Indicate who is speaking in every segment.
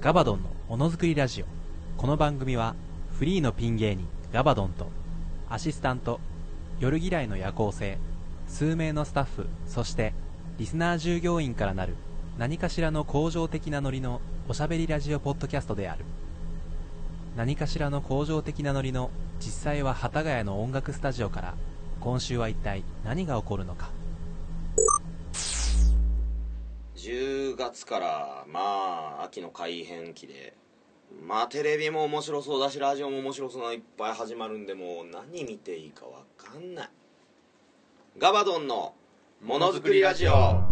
Speaker 1: ガバドンのものづくりラジオこの番組はフリーのピン芸人ガバドンとアシスタント夜嫌いの夜行性数名のスタッフそしてリスナー従業員からなる何かしらの向上的なノリのおしゃべりラジオポッドキャストである何かしらの向上的なノリの実際は幡ヶ谷の音楽スタジオから今週は一体何が起こるのか
Speaker 2: 10月からまあ秋の改編期でまあテレビも面白そうだしラジオも面白そうなのいっぱい始まるんでもう何見ていいかわかんないガバドンのものづくりラジオ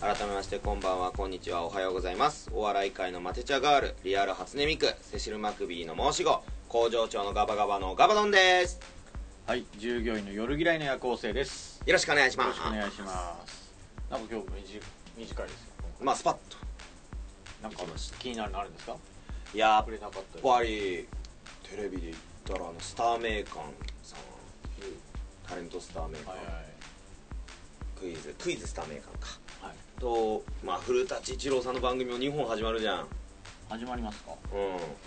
Speaker 2: 改めましてこんばんはこんにちはおはようございますお笑い界のマテ茶ガールリアル初音ミクセシル・マクビーの申し子工場長のガバガバのガバドンです
Speaker 3: はい、従業員の夜嫌いの夜行性です。
Speaker 2: よろしくお願いし
Speaker 3: よ
Speaker 2: ま
Speaker 3: ろ
Speaker 2: す
Speaker 3: しくお願いします。なんか今日短いですよ。
Speaker 2: まあスパッと
Speaker 3: なんか気になるのあるんですか？
Speaker 2: いや
Speaker 3: 触れなかった
Speaker 2: やっ
Speaker 3: です。
Speaker 2: ぱりテレビで言ったらあのスターメーカーさんタレントスターメーカー、
Speaker 3: はいはい
Speaker 2: クイズクイズスターメーカーか
Speaker 3: はい。
Speaker 2: と、まあ、古舘一郎さんの番組も2本始まるじゃん
Speaker 3: 始まりますか？
Speaker 2: うん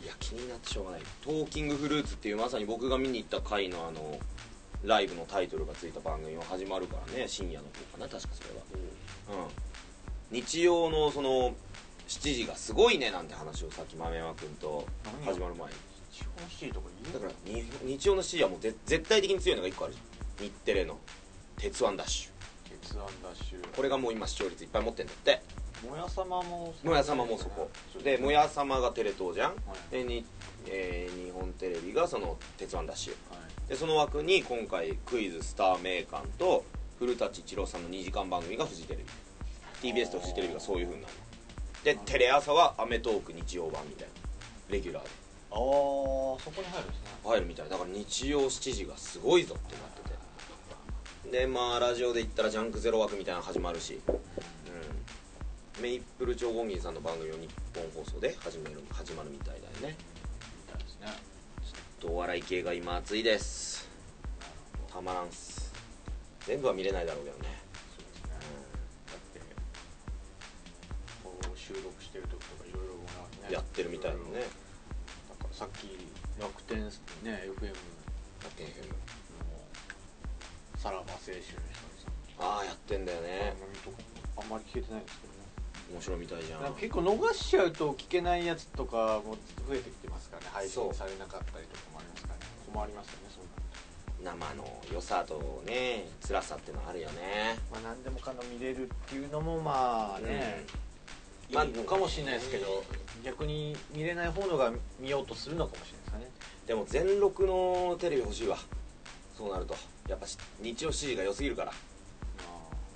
Speaker 2: いや気になってしょうがない「トーキングフルーツ」っていうまさに僕が見に行った回のあのライブのタイトルがついた番組は始まるからね深夜の方かな確かそれはうん日曜のその7時がすごいねなんて話をさっき豆山君と
Speaker 3: 何を
Speaker 2: 始まる前に
Speaker 3: 地方シーとか言
Speaker 2: だ
Speaker 3: う
Speaker 2: か
Speaker 3: の
Speaker 2: らに日曜の7時はもうぜ絶対的に強いのが1個あるじゃん日テレの「鉄腕ダッシ
Speaker 3: 鉄腕ダッシ
Speaker 2: ュ」これがもう今視聴率いっぱい持ってんだって
Speaker 3: ュ。もやさまも
Speaker 2: もや様もそこでも
Speaker 3: や
Speaker 2: や様がテレ東じゃん
Speaker 3: はい
Speaker 2: でに、えー日本テレビがその「鉄腕ダッシュ
Speaker 3: はい」
Speaker 2: でその枠に今回クイズ「スター名鑑」と古舘一郎さんの2時間番組がフジテレビ TBS とフジテレビがそういうふうになるでテレ朝は『アメトーーク』日曜版みたいなレギュラーで
Speaker 3: ああそこに入るんですね。
Speaker 2: 入るみたいだから日曜7時がすごいぞってなっててでまあラジオで言ったら「ジャンクゼロ枠」みたいなの始まるし、うん、メイプル超合金さんの番組を日本放送で始める始まるみたいだよね
Speaker 3: みたいですね。
Speaker 2: ちょっとお笑い系が今熱いですたまらんっす全部は見れないだろうけどね
Speaker 3: そうですね。だってこう収録してる時とかいろいろね
Speaker 2: やってるみたいなね
Speaker 3: なんかさっき楽天ね FM の
Speaker 2: ラテン FM
Speaker 3: さらば青春の光さん
Speaker 2: ああやってんだよね
Speaker 3: 番組とかもあんまり聞けてないんですけどね
Speaker 2: 面白いみたいじゃん
Speaker 3: なんか結構逃しちゃうと聞けないやつとかも増えてきてますからね配
Speaker 2: そう
Speaker 3: 信されなかったりとかもありますからね困りますよねそうな
Speaker 2: 生の良さとね辛さってのあるよね
Speaker 3: るとまあ何でもかんでも見れるっていうのもまあね、
Speaker 2: うん
Speaker 3: いいのかもしれないですけど逆に見れない方のが見ようとするのかもしれないですかね
Speaker 2: でも全録のテレビ欲しいわそうなるとやっぱし日曜7時が良すぎるから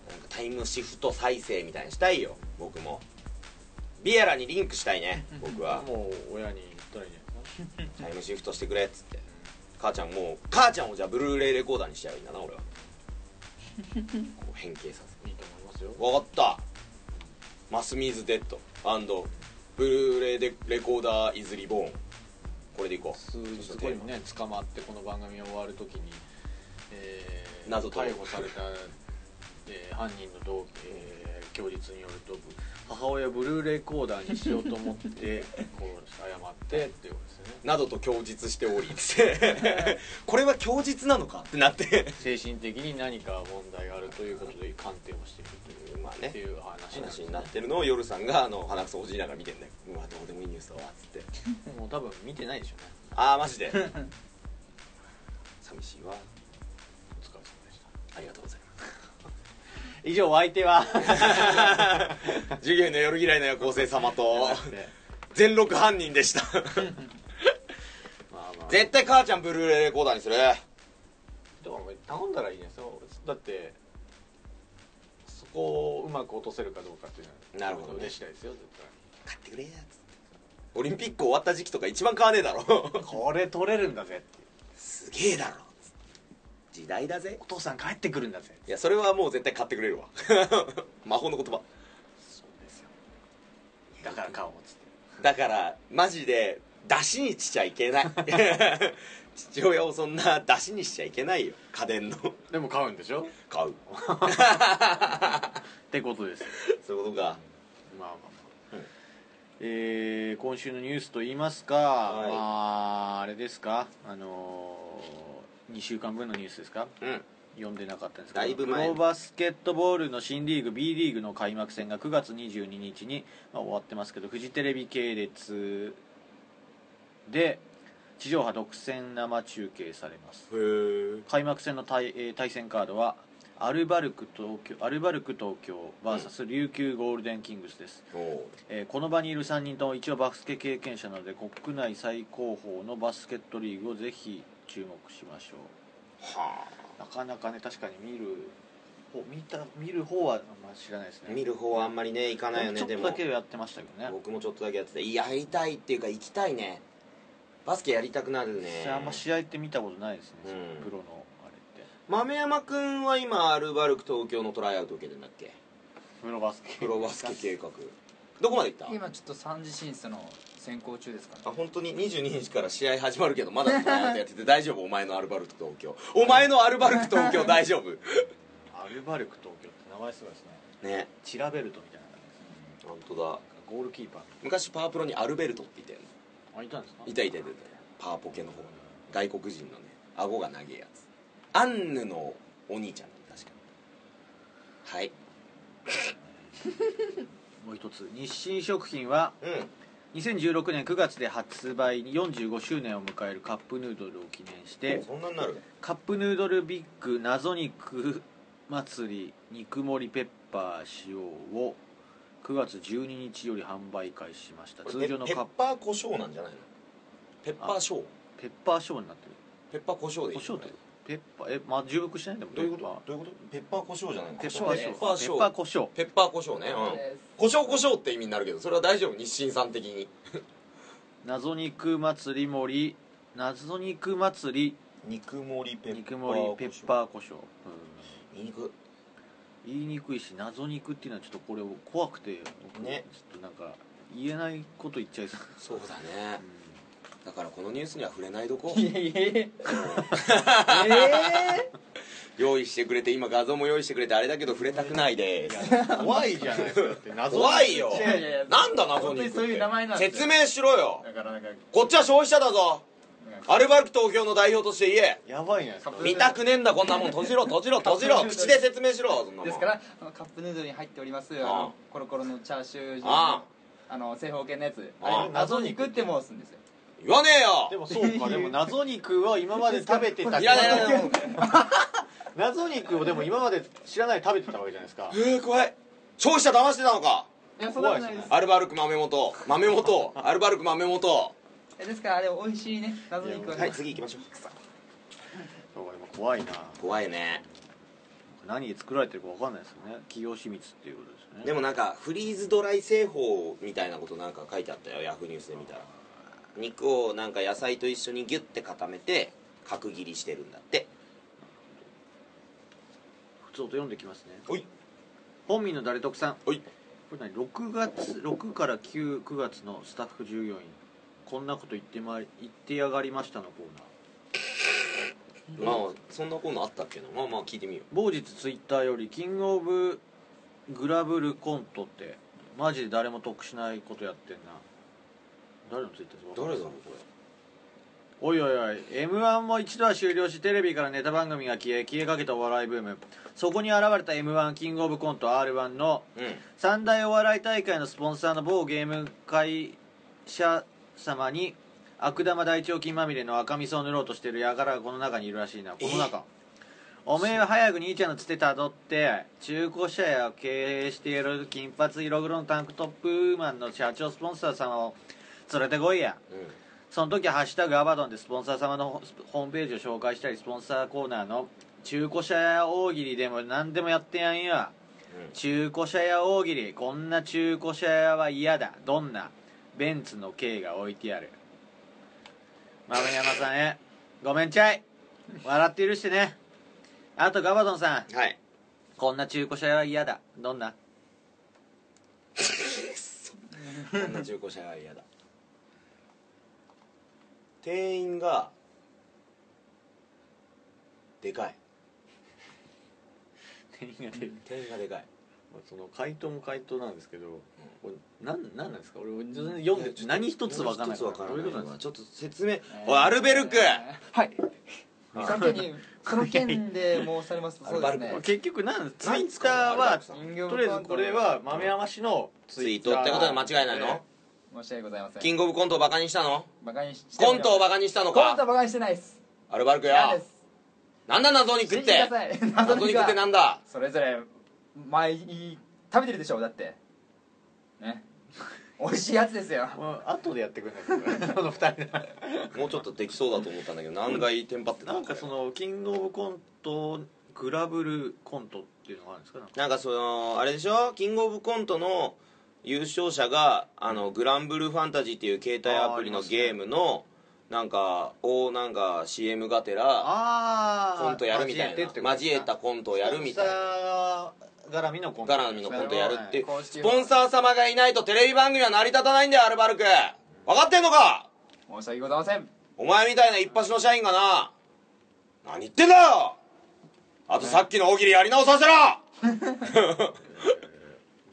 Speaker 2: なんかタイムシフト再生みたいにしたいよ僕もビエラにリンクしたいね僕は
Speaker 3: もう親に言ったらいいんじゃないですか
Speaker 2: タイムシフトしてくれっつって母ちゃんもう母ちゃんをじゃあブルーレイレコーダーにしちゃえばいいんだな 俺はこう変形させ
Speaker 3: いいと思いますよ
Speaker 2: て分かったマスミーズ・デッドブルーレイでレコーダー・イズ・リボーンこれでいこ
Speaker 3: 数日後にね捕まってこの番組が終わるときに、えー
Speaker 2: 謎と
Speaker 3: 逮捕された、えー犯人の動機、えー供述によると母親ブルーレイコーダーにしようと思って こう謝ってっていうことですよね
Speaker 2: うなどと供述しておりつって これは供述なのかってなって
Speaker 3: 精神的に何か問題があるということで鑑定をしているという,、
Speaker 2: まあね
Speaker 3: っていう話なんです
Speaker 2: 話
Speaker 3: ね
Speaker 2: になってるのを夜さんがあの鼻くそほじりながら見てんだようわどうでもいいニュースだわっつって
Speaker 3: もう多分見てないでしょうね
Speaker 2: ああマジで寂しいわ
Speaker 3: お疲れ様でした
Speaker 2: ありがとうございます
Speaker 3: 以上お相手は
Speaker 2: 授業の夜嫌いの夜行性様と
Speaker 3: で
Speaker 2: 全録犯人でした
Speaker 3: まあまあ
Speaker 2: 絶対母ちゃんブルーレイレコーダーにする
Speaker 3: でも頼んだらいいですよだってそこをうまく落とせるかどうかっていうの
Speaker 2: な
Speaker 3: は
Speaker 2: るほどね
Speaker 3: で次第ですよ絶
Speaker 2: 買ってくれやつってオリンピック終わった時期とか一番買わねえだろ
Speaker 3: 対これ取れるんだぜって
Speaker 2: すげえだろ時代だぜ
Speaker 3: お父さん帰ってくるんだぜ
Speaker 2: いやそれはもう絶対買ってくれるわ 魔法の言葉
Speaker 3: そうですよだから買おうっつって
Speaker 2: だからマジで出しにしちゃいけない 父親をそんな出しにしちゃいけないよ家電の
Speaker 3: でも買うんでしょ
Speaker 2: 買う
Speaker 3: ってことですよ
Speaker 2: そういうことか
Speaker 3: まあまあまあ、えー今週のニュースと言いますか、
Speaker 2: はい
Speaker 3: まああれですかあのー、2週間分のニュースですか
Speaker 2: うん
Speaker 3: 読んでなかったんですけ
Speaker 2: だ
Speaker 3: ど
Speaker 2: いぶ
Speaker 3: プ
Speaker 2: 前
Speaker 3: ロバスケットボールの新リーグ B リーグの開幕戦が9月22日に、まあ、終わってますけどフジテレビ系列で地上波独占生中継されます
Speaker 2: へえ
Speaker 3: 開幕戦の対,、えー対戦カードはアルバルク東京アルバルク東京 VS 琉球ゴールデンキングスです、
Speaker 2: お
Speaker 3: えーこの場にいる3人とも一応バスケ経験者なので国内最高峰のバスケットリーグをぜひ注目しましょ
Speaker 2: は
Speaker 3: うなかなかね確かに見る方見た見る方はあんま知らないです
Speaker 2: あ
Speaker 3: ね
Speaker 2: 見る方はあんまりね行かないよ
Speaker 3: ち
Speaker 2: ね
Speaker 3: ょっ
Speaker 2: で
Speaker 3: と
Speaker 2: も
Speaker 3: だけやってましたけどね
Speaker 2: 僕もちょっとだけやってていややりたいっていうか行きたいねバスケやりたくなるね
Speaker 3: 実際あんま試合って見たことないですね、
Speaker 2: うん
Speaker 3: プロのあれって
Speaker 2: 豆山くんは今アルバルク東京のトライアウト受けてんだっけ
Speaker 3: プロバスケ
Speaker 2: プロバスケ計画どこまで行った
Speaker 4: 今ちょっと三次審査の選考中ですから、
Speaker 2: あ
Speaker 4: ね、
Speaker 2: 本当に22日から試合始まるけどまだトライアウトやってて大丈夫お前のアルバルク東京お前のアルバルク東京大丈夫
Speaker 3: アルバルク東京って名前すごいですね
Speaker 2: ね
Speaker 3: チラベルトみたいな感じです
Speaker 2: 本
Speaker 3: ね
Speaker 2: 当だ
Speaker 3: ゴールキーパー
Speaker 2: 昔パワープロにアルベルトっていたよね
Speaker 3: あいたんですか
Speaker 2: いたいたいたいたパワーポケの方外国人のね顎が長えやつアンヌのお兄ちゃんだ確かはい
Speaker 3: もう一つ日清食品は
Speaker 2: うん
Speaker 3: 2016年9月で発売45周年を迎えるカップヌードルを記念して
Speaker 2: そんなになる
Speaker 3: カップヌードルビッグ謎肉祭り肉盛りペッパー使用を9月12日より販売開始しました通常の
Speaker 2: ペペ
Speaker 3: カ
Speaker 2: ッ
Speaker 3: ップ
Speaker 2: パー胡椒なんじゃないのペッパーショー
Speaker 3: ペッパーショーになってる
Speaker 2: ペッパー胡椒でいい
Speaker 3: 胡椒
Speaker 2: の
Speaker 3: ってペッパーえまあ重複してないんだもん
Speaker 2: どういうこ
Speaker 3: ペッ
Speaker 2: とどういうことペッパー胡椒じゃないの
Speaker 3: パーペッ
Speaker 4: 胡椒
Speaker 3: パー
Speaker 4: ね
Speaker 3: ショー
Speaker 2: ペッパーショ
Speaker 3: ペッパー
Speaker 2: ー
Speaker 3: 胡椒
Speaker 2: ペッパー胡椒ね
Speaker 4: そう
Speaker 2: うん
Speaker 4: です
Speaker 2: 胡椒胡椒って意味になるけどそれは大丈夫日清さん的に
Speaker 3: 謎肉祭り盛り謎肉祭
Speaker 2: 肉盛りペ
Speaker 3: り肉盛りペッパー胡椒、うん
Speaker 2: ー肉
Speaker 3: 言いにくいし謎肉っていうのはちょっとこれ怖くて僕
Speaker 2: ね
Speaker 3: ちょっとなんか言えないこと言っちゃいそう、
Speaker 2: そうだねだからこのニュースには触れないどこ
Speaker 4: いやいやいや
Speaker 2: 用意してくれて今画像も用意してくれてあれだけど触れたくないです
Speaker 3: 怖いじゃないですかだって謎
Speaker 2: 怖いよ
Speaker 4: いやいやいや
Speaker 2: なんだ謎
Speaker 4: 本
Speaker 2: 肉
Speaker 4: 当に
Speaker 2: って
Speaker 4: そういう名前なんですよ
Speaker 2: 説明しろよ
Speaker 4: だからなんか
Speaker 2: こっちは消費者だぞ
Speaker 4: なんか
Speaker 2: アルバルク東京の代表として言え
Speaker 3: やばいじゃないですか
Speaker 2: 見たくねえんだこんなもん閉じろ閉 じろ閉じろ口で説明しろそんなもん
Speaker 4: ですからあのカップヌードルに入っておりますあ
Speaker 2: ああ
Speaker 4: のコロコロのチャーシュー
Speaker 2: あ
Speaker 4: ああの正方形のやつ
Speaker 2: ああ
Speaker 4: あれ謎肉って申すんですよ
Speaker 2: 言わねえ
Speaker 3: で
Speaker 2: よ
Speaker 3: もそうかでも謎肉は今まで食べてた
Speaker 2: いらないいらないもう
Speaker 3: 謎肉をでも今まで知らないで食べてたわけじゃないですか
Speaker 2: えー、怖い消費者騙してたのか
Speaker 4: いやそんなことないです
Speaker 2: アルバルク豆元豆元アルバルク豆元
Speaker 4: えですからあれ美味しいね謎肉をね
Speaker 2: 次行きましょう
Speaker 3: そうか今怖いな
Speaker 2: 怖いね
Speaker 3: 何で作られてるか分かんないですよね企業秘密っていうことですね
Speaker 2: でもなんかフリーズドライ製法みたいなことなんか書いてあったよヤフーニュースで見たら肉をなんか野菜と一緒にギュッて固めて角切りしてるんだって
Speaker 3: 普通と読んできますね
Speaker 2: おい
Speaker 3: 本民の誰得さん
Speaker 2: おい
Speaker 3: これ何6月6から9 9月のスタッフ従業員こんなこと言ってまい言ってやがりましたのコーナー
Speaker 2: まあそんなこんなあったっけなまあまあ聞いてみよ
Speaker 3: 某日ツイッターよりキングオブグラブルコントってマジで誰も得しないことやってんな誰のツイッター
Speaker 2: う
Speaker 3: で
Speaker 2: 誰
Speaker 3: すか
Speaker 2: だろうこ
Speaker 3: おいおいおい m 1も一度は終了しテレビからネタ番組が消え消えかけたお笑いブームそこに現れた m 1キングオブコント r 1の
Speaker 2: れうん
Speaker 3: 三大お笑い大会のスポンサーの某ゲーム会社様に悪玉大腸菌まみれの赤味噌を塗ろうとしてるやからがこの中にいるらしいなこの中おめえは早く兄ちゃんのつてたどって中古車屋を経営している金髪色黒のタンクトップマンの社長スポンサー様を連れてこいや
Speaker 2: う
Speaker 3: その時は「ハッシュタグアバドン」でスポンサー様のホームページを紹介したりスポンサーコーナーの中古車屋大喜利でも何でもやってやんよ中古車屋大喜利こんな中古車屋は嫌だどんなベンツの刑が置いてある豆山さんへごめんちゃい笑って許してねあとガバドンさん
Speaker 2: んはい
Speaker 3: こんな中古車屋は嫌だどんな
Speaker 2: こんな中古車は嫌だ店員がでかい
Speaker 3: 店員が出る
Speaker 2: 店員がでかい
Speaker 3: その回答も回答なんですけど、これなんなんなんですか俺全然読んで何一つ分かんな
Speaker 2: 何
Speaker 3: い
Speaker 2: 一つわからない
Speaker 3: どういうことなんですか
Speaker 2: ちょっと説明おいアルベルク
Speaker 4: はい
Speaker 2: あ
Speaker 4: 先にその件で申されますとそうです
Speaker 2: アルバ
Speaker 4: ね
Speaker 2: ル
Speaker 3: 結局なんツイ
Speaker 2: 何
Speaker 3: ッターは
Speaker 2: 使う
Speaker 4: 人形
Speaker 3: とりあえずこれは豆山氏の
Speaker 2: ツイートってことで間違いないの
Speaker 4: 申し訳ございません
Speaker 2: キングオブコントをバカにしたの
Speaker 4: バカにし
Speaker 2: コントをバ
Speaker 4: カ
Speaker 2: カにしたの
Speaker 4: コントは
Speaker 2: か
Speaker 4: バカにしてないです
Speaker 2: アルバルクよ
Speaker 4: 嫌です
Speaker 2: なんだ謎肉っ
Speaker 4: 信じ
Speaker 2: て
Speaker 4: なさい
Speaker 2: 謎肉ってなんだ
Speaker 4: それぞれ毎食べてるでしょだってね美味しいやつですよ
Speaker 3: もう後でやってくれないかなこの二人な
Speaker 2: もうちょっとできそうだと思ったんだけど何回テンパってた
Speaker 3: なんかそのキングオブコントグラブルコントっていうのがあるんですかなんか
Speaker 2: なんかそのあれでしょキングオブコントの優勝者があのグランブルーファンタジーっていう携帯アプリ
Speaker 3: あーありま
Speaker 2: の
Speaker 3: すね
Speaker 2: ゲームのなんかをなんか CM がてら
Speaker 3: あー
Speaker 2: コントやるみたいな交えたコントをやるみたいな
Speaker 3: なスポンサー絡みのコント
Speaker 2: 絡みのコントやるっていう
Speaker 4: 公式
Speaker 2: ス
Speaker 4: の
Speaker 2: ポンサー様がいないとテレビ番組は成り立たないんだよアルバルク分かってんのか
Speaker 4: 申し訳ございません
Speaker 2: お前みたいな一発の社員がな何言ってんだよあとさっきの大喜利やり直させろ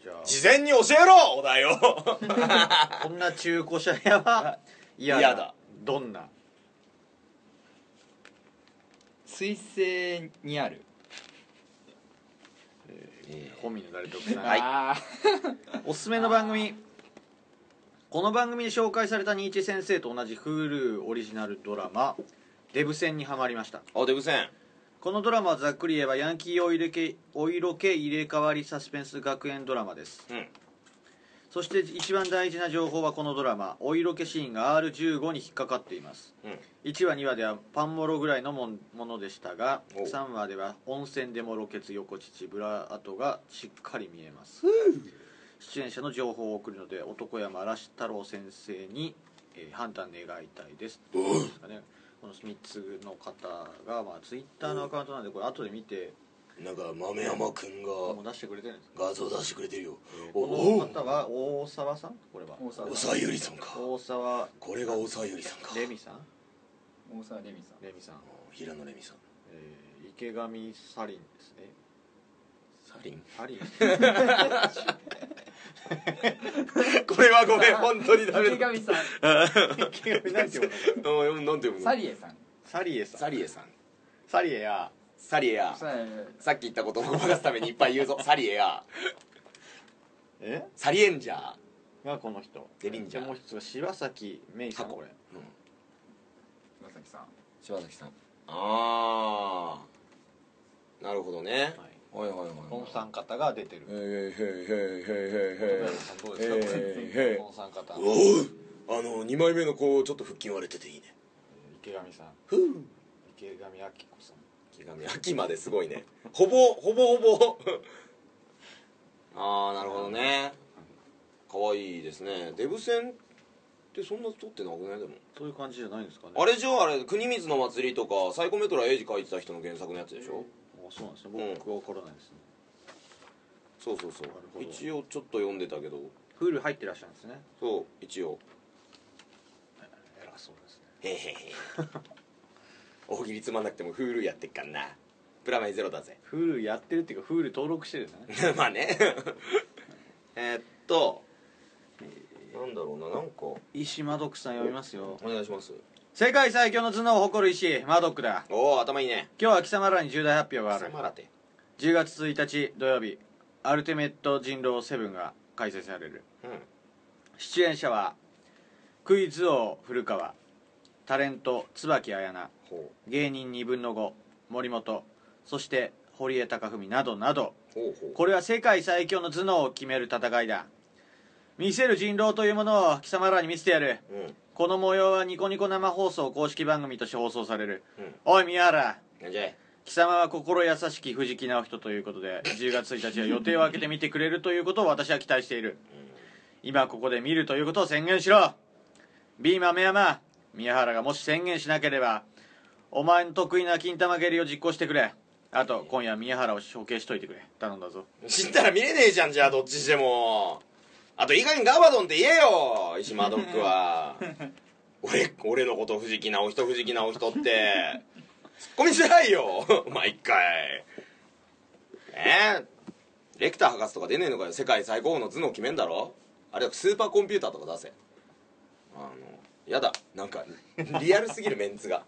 Speaker 3: じゃあ
Speaker 2: 事前に教えろお題を
Speaker 3: こんな中古車屋は嫌だ
Speaker 2: 嫌だ
Speaker 3: どんな
Speaker 4: 彗星にある
Speaker 3: 本名誰とかない
Speaker 2: はい
Speaker 4: あ
Speaker 3: おすすめの番組この番組で紹介されたニーチェ先生と同じ Hulu オリジナルドラマ「デブ戦」にハマりました
Speaker 2: あデブ戦
Speaker 3: このドラマはざっくり言えばヤンキーお色気お色気入れ替わりサスペンス学園ドラマです
Speaker 2: うん
Speaker 3: そして一番大事な情報はこのドラマお色気シーンが R15 に引っかかっています
Speaker 2: うん
Speaker 3: 1話2話ではパンモロぐらいのもんものでしたが
Speaker 2: お
Speaker 3: 3話では温泉でもろけつ横乳ブラ跡がしっかり見えます出演者の情報を送るので男山嵐太郎先生に、えー判断願いたいですですかねこの3つの方が、まあ、ツイッターのアカウントなんでこれ後で見て
Speaker 2: なんか豆山くん
Speaker 3: も
Speaker 2: が
Speaker 3: う出してくれてるんですか
Speaker 2: 画像出してくれてるよ
Speaker 3: この方は大沢さんこれは
Speaker 4: 大沢
Speaker 2: さゆりさんか
Speaker 3: 大沢
Speaker 2: これがおさゆりさん
Speaker 3: レミさん
Speaker 4: 大沢レミさん
Speaker 3: レミさん、
Speaker 2: 平野レミさん
Speaker 3: えー池上サリンですね
Speaker 2: サリン
Speaker 3: サリン
Speaker 2: これはごめん本当にダメ
Speaker 4: 池
Speaker 2: だ
Speaker 4: 上さん
Speaker 3: 池上なんて読むのこれ
Speaker 2: うんなんて読む
Speaker 4: サ
Speaker 2: の
Speaker 4: リエさん
Speaker 3: サリエさん
Speaker 2: サリエさん
Speaker 3: サリエや
Speaker 2: サリエや
Speaker 4: さあ
Speaker 2: さっき言ったことをごまかすためにいっぱい言う ぞサリエや
Speaker 3: え
Speaker 2: サリエンジャー
Speaker 3: がこの人
Speaker 2: デリンジャー
Speaker 3: でもう一つが柴崎メイさん
Speaker 2: 過去
Speaker 3: これ
Speaker 2: うん
Speaker 4: 岩崎さん
Speaker 2: 柴崎さんああなるほどね
Speaker 3: はい
Speaker 2: はいはいはい
Speaker 3: この三方が出てる
Speaker 2: へいへいへいへいへいへい
Speaker 3: 徳山さんどうですか
Speaker 2: へ
Speaker 3: こ
Speaker 2: ーへ
Speaker 3: れ
Speaker 2: ー
Speaker 3: この三方
Speaker 2: おうあの2枚目の子ちょっと腹筋割れてていいね
Speaker 3: 池上さん
Speaker 2: ふう
Speaker 3: 池上彰子さん
Speaker 2: 池上秋まですごいねほぼほぼほぼ ああなるほどね可愛いですねデブ戦ってそんな撮ってなくないでも
Speaker 3: そういう感じじゃないんですかね
Speaker 2: あれじゃああれ国光の祭りとかサイコメトラエイジ書いてた人の原作のやつでしょ
Speaker 3: あそうなんですね僕は分からないですね
Speaker 2: そうそうそ
Speaker 3: なるほ
Speaker 2: う
Speaker 3: ど
Speaker 2: 一応ちょっと読んでたけど
Speaker 3: フール入ってらっしゃるんですね
Speaker 2: そう一応
Speaker 3: 偉そうですね
Speaker 2: へへへ大喜利つまんなくてもフールやってっかんなプラマイゼロだぜ
Speaker 3: フールやってるっていうかフール登録してるんですね
Speaker 2: まあね えーっとなんだろうななんかお
Speaker 3: 石マドックさん読みますよ
Speaker 2: 願いします
Speaker 3: 世界最強の頭脳を誇る石マドックだ
Speaker 2: おお頭いいね
Speaker 3: 今日は貴様らに重大発表がある
Speaker 2: マラテ
Speaker 3: 10月1日土曜日アルティメット人狼7が開催される
Speaker 2: うん
Speaker 3: 出演者はクイズ王古川タレント椿彩菜
Speaker 2: ほ
Speaker 3: 芸人2分の5森本そして堀江貴文などなど
Speaker 2: うほうほう
Speaker 3: これは世界最強の頭脳を決める戦いだ見せる人狼というものを貴様らに見せてやる
Speaker 2: うん
Speaker 3: この模様はニコニコ生放送公式番組として放送される、
Speaker 2: うん
Speaker 3: おい宮原
Speaker 2: なんじゃい
Speaker 3: 貴様は心優しき藤木直人ということで10月1日は予定を空けて見てくれるということを私は期待している今ここで見るということを宣言しろ B 豆山宮原がもし宣言しなければお前の得意な金玉蹴りを実行してくれあと今夜宮原を処刑しといてくれ頼んだぞ
Speaker 2: 知ったら見れねえじゃんじゃあどっちに してもあといい加減ガバドンって言えよ石間ドックは俺俺のこと藤木直人藤木直人ってツッコミしないよ毎回ええレクター博士とか出ねえのかよ世界最高峰の頭脳決めんだろあれだスーパーコンピューターとか出せあのやだなんかリアルすぎるメンツが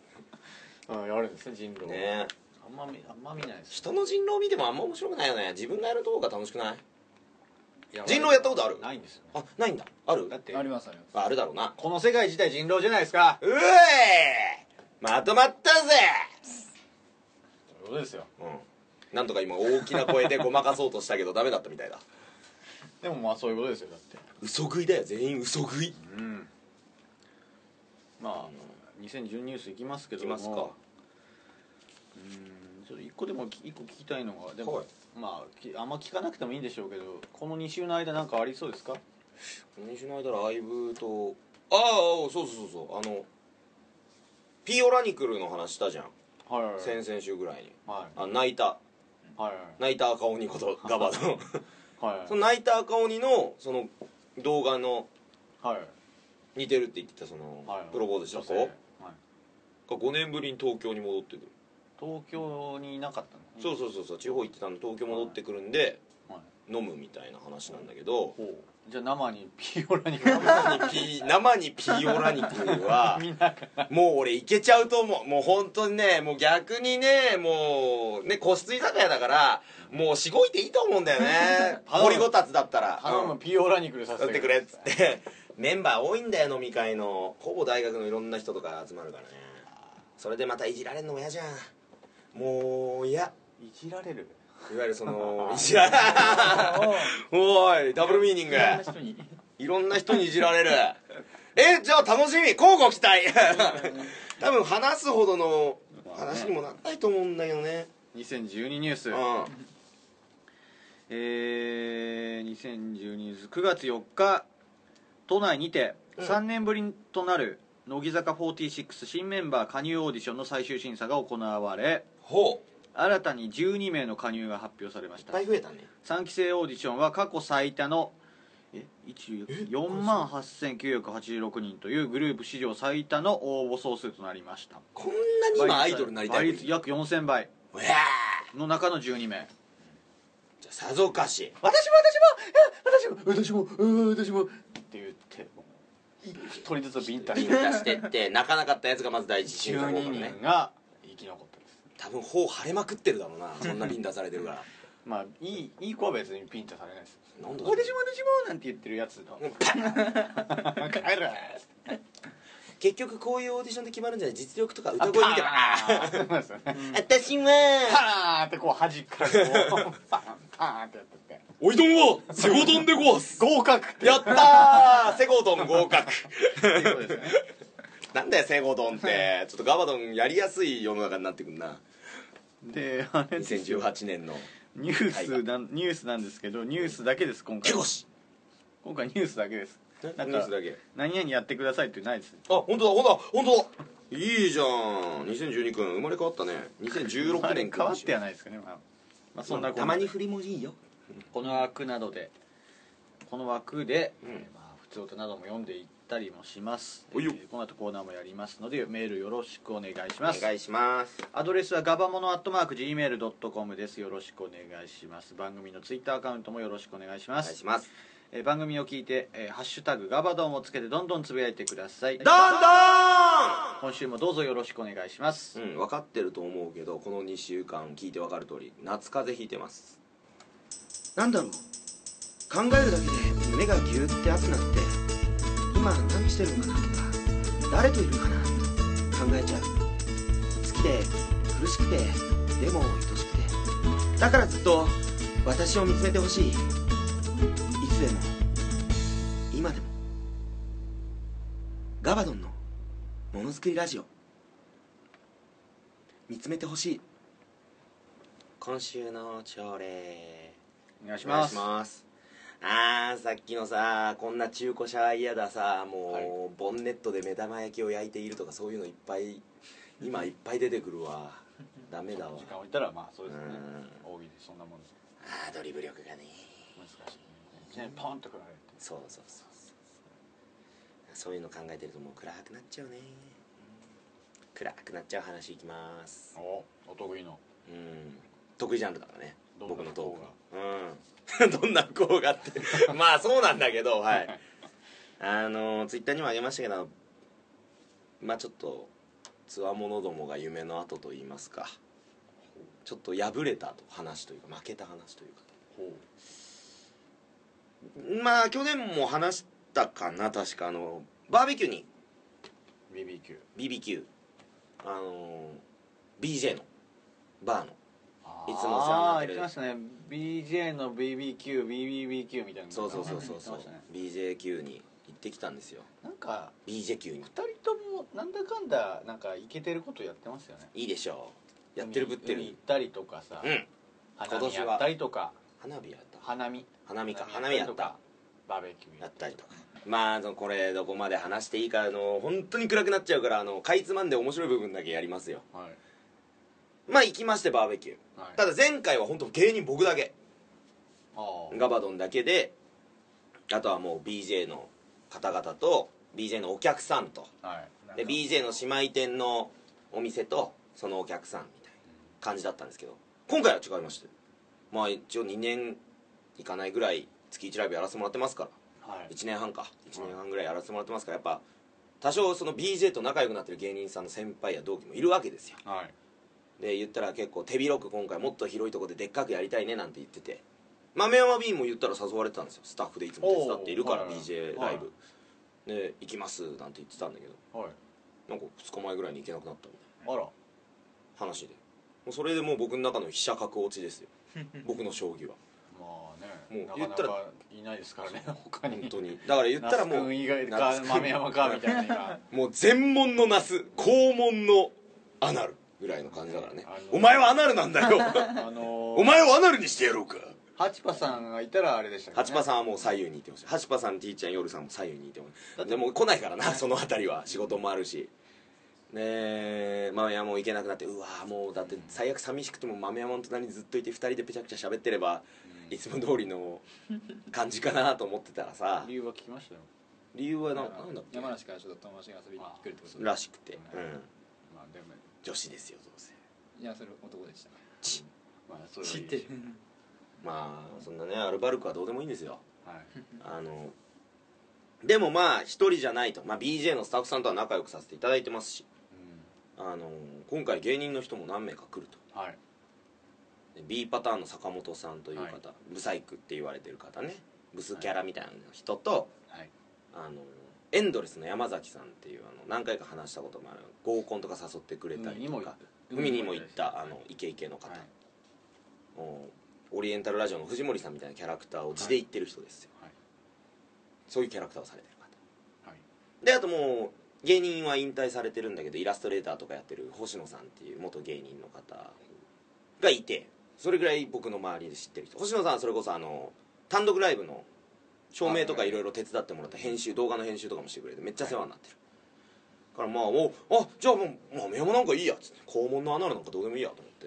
Speaker 3: うんやるんですね人狼
Speaker 2: ねえ
Speaker 3: あんま見あんま見ないです
Speaker 2: 人の人狼見てもあんま面白くないよね自分がやるとこが楽しくない人狼やったことある
Speaker 3: ないんですよ
Speaker 2: あないんだある
Speaker 3: だって
Speaker 4: ありますあります
Speaker 2: ああるだろうな
Speaker 3: この世界自体人狼じゃないですか
Speaker 2: うえまとまったぜ
Speaker 3: そういうことですよ
Speaker 2: うんなんとか今大きな声でごまかそうとしたけどダメだったみたいだ
Speaker 3: でもまあそういうことですよだって
Speaker 2: 嘘食いだよ全員嘘食い
Speaker 3: うんまあ2010ニュースいきますけ
Speaker 2: い
Speaker 3: ど
Speaker 2: き
Speaker 3: も
Speaker 2: ますか
Speaker 3: うんちょっと1個でもき一個聞きたいのがでも、
Speaker 2: はい
Speaker 3: まあきあんま聞かなくてもいいんでしょうけどこの2週の間なんかありそうですか
Speaker 2: 西の間ライブとああそうそうそうそうあのピーオラニクルの話したじゃん
Speaker 3: はいはいはい
Speaker 2: 先々週ぐらいに
Speaker 3: はい
Speaker 2: あ泣いた
Speaker 3: はい
Speaker 2: 泣いた赤鬼ことガバの
Speaker 3: はいは い
Speaker 2: その泣いた赤鬼のその動画の
Speaker 3: はい
Speaker 2: 似てるって言ってたその
Speaker 3: はい
Speaker 2: プロポーズした
Speaker 3: 女
Speaker 2: 子
Speaker 3: 性はい
Speaker 2: が5年ぶりに東京に戻ってくる
Speaker 3: 東京にいなかったのね
Speaker 2: そうそうそうそう地方行ってたんで東京戻ってくるんで
Speaker 3: はい
Speaker 2: 飲むみたいな話なんだけど
Speaker 3: ほうじゃあ生にピオ ラに
Speaker 2: 生に ピー生にピーオラニクルはもう俺いけちゃうと思うもう本当にねもう逆にねもうね個室居酒屋だからもうしごいていいと思うんだよ ね
Speaker 3: 頼む
Speaker 2: 掘りごたつだったら
Speaker 3: 頼むピオラに来るさ
Speaker 2: うん、
Speaker 3: せ
Speaker 2: 打ってくれっつってメンバー多いんだよ飲み会のほぼ大学のいろんな人とか集まるからねそれでまたいじられんのも嫌じゃんもう嫌
Speaker 3: いじられる
Speaker 2: いわゆるその いじらおいダブルミーニング
Speaker 4: 人に
Speaker 2: いろんな人にいじられる。え、じゃあ楽しみ交互期待 多分話すほどの話にもならないと思うんだけどね。
Speaker 3: 2012ニュース
Speaker 2: うん。
Speaker 3: えー、2012年9月4日都内にて
Speaker 2: うん
Speaker 3: 3年ぶりとなる乃木坂46新メンバー加入オーディションの最終審査が行われ
Speaker 2: ほう。
Speaker 3: 新たに12名の加入が発表されま
Speaker 2: い
Speaker 3: し
Speaker 2: ったぱい増えたね。
Speaker 3: 3期生オーディションは過去最多のえ4万8986人というグループ史上最多の応募総数となりました
Speaker 2: こんなに今アイドルになりたいのに。
Speaker 3: 倍率
Speaker 2: うわ
Speaker 3: 約4000倍
Speaker 2: ぁ
Speaker 3: の中の12名
Speaker 2: じゃあさぞかし。
Speaker 3: 私も私も私も私も私もって言って一人ずつビンタ
Speaker 2: ビンタしてって、泣かなかったやつがまず第一審査
Speaker 3: 12
Speaker 2: 合格ね
Speaker 3: 人。が生き残ったです
Speaker 2: 多分頬腫れまくってるだろうな。そんなビンタされてるから。
Speaker 3: まあいいいい子は別にピンタされないです
Speaker 2: なんだ
Speaker 3: 私
Speaker 2: そ
Speaker 3: も
Speaker 2: れ
Speaker 3: 私もなんて言ってるやつの帰る
Speaker 2: 結局こういうオーディションで決まるんじゃない実力とか歌
Speaker 3: あ
Speaker 2: 声見ても。あー
Speaker 3: ーンそうですよね
Speaker 2: 私は、
Speaker 3: パーンってこう端からこうパーンパーンってやってて
Speaker 2: おいどんは、セゴドンでごわす。
Speaker 3: 合格って
Speaker 2: やったーセゴドン合格。
Speaker 3: いうことですよね
Speaker 2: なんだよセゴドンってちょっとガバドンやりやすい世の中になってくんな
Speaker 3: であれですよ
Speaker 2: 2018年の
Speaker 3: ニュースなんニュースなんですけどニュースだけです今回
Speaker 2: ケゴシ
Speaker 3: 今回ニュースだけです
Speaker 2: ニ
Speaker 3: なん
Speaker 2: ュー
Speaker 3: か
Speaker 2: スだけ
Speaker 3: 何々やってくださいってないです
Speaker 2: あ本当だ本当だ本当だいいじゃん2012くん生まれ変わったね2016年
Speaker 3: 変わってはないですかねまあ、まあ、そんなこんな
Speaker 2: たまに振りもいいよ
Speaker 3: この枠などでこの枠で、
Speaker 2: うん
Speaker 3: えーまあ普通音なども読んでいったりもします
Speaker 2: おいよ
Speaker 3: えーこの後コーナーもやりますのでメールよろしくお願いし
Speaker 2: お
Speaker 3: ます
Speaker 2: 願いします
Speaker 3: アドレスはガバモノアットマーク Gmail.com ですよろしくお願いします番組のツイッターアカウントもよろしくお願いし
Speaker 2: お
Speaker 3: ま
Speaker 2: 願い
Speaker 3: す
Speaker 2: します
Speaker 3: えー番組を聞いて、えーハッシュタグガバドンをつけてどんどんつぶやいてください
Speaker 2: どん
Speaker 3: 今週もどうぞよろしくお願いします、
Speaker 2: どんうん分かってると思うけどこの2週間聞いて分かる通り夏風邪ひいてます
Speaker 5: なんだろう考えるだけで胸がギューって熱くなって今何してるのかなとか誰といるかなと考えちゃう好きで苦しくてでも愛しくてだからずっと私を見つめてほしいいつでも今でもガバドンのものづくりラジオ見つめてほしい
Speaker 2: 今週の朝礼
Speaker 3: お願いし
Speaker 2: お願
Speaker 3: ま
Speaker 2: い
Speaker 3: す
Speaker 2: しますあーさっきのさこんな中古車は嫌ださもう、
Speaker 3: はい
Speaker 2: ボンネットで目玉焼きを焼いているとかそういうのいっぱい今いっぱい出てくるわ ダメだわ
Speaker 3: 時間置いたらまあそうですね
Speaker 2: う
Speaker 3: 大喜利そんなもんです
Speaker 2: あードリブル力がね
Speaker 3: 難しいねポンとくられて
Speaker 2: そうそうそうそうそういうの考えてるともう暗くなっちゃうね暗くなっちゃう話いきます
Speaker 3: おお得意の
Speaker 2: うん得意ジャンルだからね
Speaker 3: どんな
Speaker 2: 僕のト
Speaker 3: 不
Speaker 2: ークがうん どんな不幸がって まあそうなんだけど はいあのツイッターにもあげましたけどまあちょっとつわものどもが夢の後と言いますかちょっと敗れたと話というか負けた話というか
Speaker 3: ほ
Speaker 2: まあ去年も話したかな確かあのバーベキューに
Speaker 3: う BBQ
Speaker 2: BBQ あの BJ のバーの
Speaker 3: あ
Speaker 2: い
Speaker 3: ー
Speaker 2: つもお世話にな
Speaker 6: あ
Speaker 2: っ
Speaker 6: あー言っ
Speaker 2: てる
Speaker 6: てましたね BJ の BBQBBBQ みたいな
Speaker 2: そうそうそうそうそ
Speaker 6: 言
Speaker 2: う
Speaker 6: ってましたね
Speaker 2: BJQ に行ってきたんですよ
Speaker 6: なんか
Speaker 2: BJQ に
Speaker 6: 二人ともなんだかんだなんかイケてることやってますよね
Speaker 2: いいでしょうやってるぶって
Speaker 6: 海行
Speaker 2: る
Speaker 6: ったりとかさ、
Speaker 2: うん
Speaker 6: 花
Speaker 2: 今
Speaker 6: 見
Speaker 2: 年は
Speaker 6: やったりとか
Speaker 2: 花火やった
Speaker 6: 花見
Speaker 2: 花見か花見や
Speaker 6: りと
Speaker 2: っ
Speaker 6: か
Speaker 2: た
Speaker 6: バーベキュー
Speaker 2: やったりとかまああのこれどこまで話していいかあの本当に暗くなっちゃうからあのかいつまんで面白い部分だけやりますよ
Speaker 3: はい
Speaker 2: まあ行きましてバーベキュー
Speaker 3: はい
Speaker 2: ただ前回は本当芸人僕だけ
Speaker 6: あー
Speaker 2: ガバドンだけであとはもう BJ の方々と BJ のお客さんと
Speaker 3: はい
Speaker 2: で BJ の姉妹店のお店とそのお客さんみたいな感じだったんですけど今回は違いましてまあ一応2年いかないぐらい月1ライブやらせてもらってますから
Speaker 3: はい
Speaker 2: 1年半か1年半ぐらいやらせてもらってますからやっぱ多少その BJ と仲良くなってる芸人さんの先輩や同期もいるわけですよ
Speaker 3: はい
Speaker 2: で言ったら結構手広く今回もっと広いとこででっかくやりたいねなんて言ってて豆山 B も言ったら誘われてたんですよスタッフでいつも手伝っているから
Speaker 3: おーはい
Speaker 2: BJ ライブで行きますなんて言ってたんだけど
Speaker 3: はい
Speaker 2: なんか2日前ぐらいに行けなくなったみたいな
Speaker 3: あら
Speaker 2: 話でもうそれでもう僕の中の飛車角落ちですよ僕の将棋は
Speaker 3: まあ
Speaker 2: も
Speaker 3: ね
Speaker 2: う
Speaker 3: な
Speaker 2: 言っ
Speaker 3: かな
Speaker 2: たら
Speaker 3: かいないですか らね他に
Speaker 2: 本当にだから言ったらも
Speaker 6: 那須
Speaker 2: う
Speaker 6: 君以外
Speaker 2: 那須
Speaker 6: か
Speaker 2: 君
Speaker 6: 豆山かみたいな 今
Speaker 2: もう全門のナス肛門のアナルぐらいの感じだからね
Speaker 3: あの
Speaker 2: お前はアナルなんだよ
Speaker 6: あの
Speaker 2: お
Speaker 6: ー、
Speaker 2: 前をアナルにしてやろうか
Speaker 6: ハチパさんがいたらあれでしたけど、ね、
Speaker 2: 八パさんはもう左右にいてほしい八パさん T ちゃん夜さんも左右にいてほしいでもう来ないからなその辺りは仕事もあるしで豆山も行けなくなってうわーもうだって最悪寂しくても豆山の隣にずっといて2人でぺちゃくちゃ喋ってればいつも通りの感じかなと思ってたらさ
Speaker 6: 理由は聞きましたよ
Speaker 2: 理由はななんだっけ
Speaker 3: 山梨からちょっと友達が遊びに来るってこと
Speaker 2: らしくて、うん、
Speaker 3: まあでも
Speaker 2: 女子ですよどうせ
Speaker 3: いやそれ男でした
Speaker 2: ち
Speaker 3: まあそれ
Speaker 4: 知
Speaker 3: はい
Speaker 4: っ
Speaker 3: い
Speaker 4: てる
Speaker 2: まあそんなねアルバルクはどうでもいいんですよ
Speaker 3: はい
Speaker 2: あのでもまあ一人じゃないと、まあ、BJ のスタッフさんとは仲良くさせていただいてますし
Speaker 3: う
Speaker 2: あの今回芸人の人も何名か来ると
Speaker 3: んはい
Speaker 2: で B パターンの坂本さんという方、
Speaker 3: はい
Speaker 2: ブサイクって言われてる方ねブスキャラみたいな人と、
Speaker 3: はい
Speaker 2: あのエンドレスの山崎さんっていうあの何回か話したこともある合コンとか誘ってくれたり
Speaker 6: 海に
Speaker 2: と
Speaker 6: も
Speaker 2: か海
Speaker 6: 海
Speaker 2: に
Speaker 6: に
Speaker 2: も
Speaker 6: も
Speaker 2: 行
Speaker 6: 行
Speaker 2: っ
Speaker 6: った
Speaker 2: たあのイケイケの方、
Speaker 3: はい
Speaker 2: おオリエンタルラジオの藤森さんみたいなキャラクターを地で言ってる人ですよ、
Speaker 3: はい
Speaker 2: そういうキャラクターをされてる方
Speaker 3: はい
Speaker 2: であともう芸人は引退されてるんだけどイラストレーターとかやってる星野さんっていう元芸人の方がいてそれぐらい僕の周りで知ってる人星野さんはそれこそあの単独ライブの照明とかいろいろ手伝ってもらった編集動画の編集とかもしてくれてめっちゃ世話になってる、だからまあもうあじゃあもう豆山なんかいいやっつって肛門の穴なんかどうでもいいやと思 って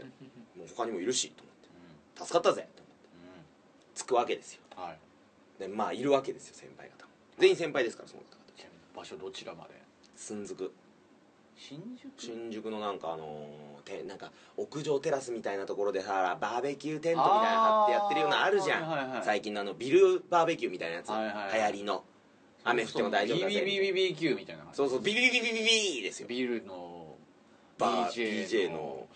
Speaker 2: もう他にもいるしと思って助かったぜと思って
Speaker 3: う
Speaker 2: つくわけですよ
Speaker 3: んうんはい
Speaker 2: でまあいるわけですよ先輩方も全員先輩ですからその方々
Speaker 3: ちなみに場所どちらまで
Speaker 2: つんづく
Speaker 6: 新宿
Speaker 2: 新宿のなんかあのーてなんか屋上テラスみたいなところでさバーベキューテントみたいなの張ってやってるようなあるじゃん、
Speaker 6: あーはいはいはい
Speaker 2: 最近のあのビルバーベキューみたいなやつ、
Speaker 6: はいはいはい
Speaker 2: 流行りの雨降っても大丈夫だぜ
Speaker 6: BBBBQ みたいな感じ
Speaker 2: そうそうビビビビビビですよ
Speaker 6: ビールの
Speaker 2: バー
Speaker 6: BJ
Speaker 2: BJ の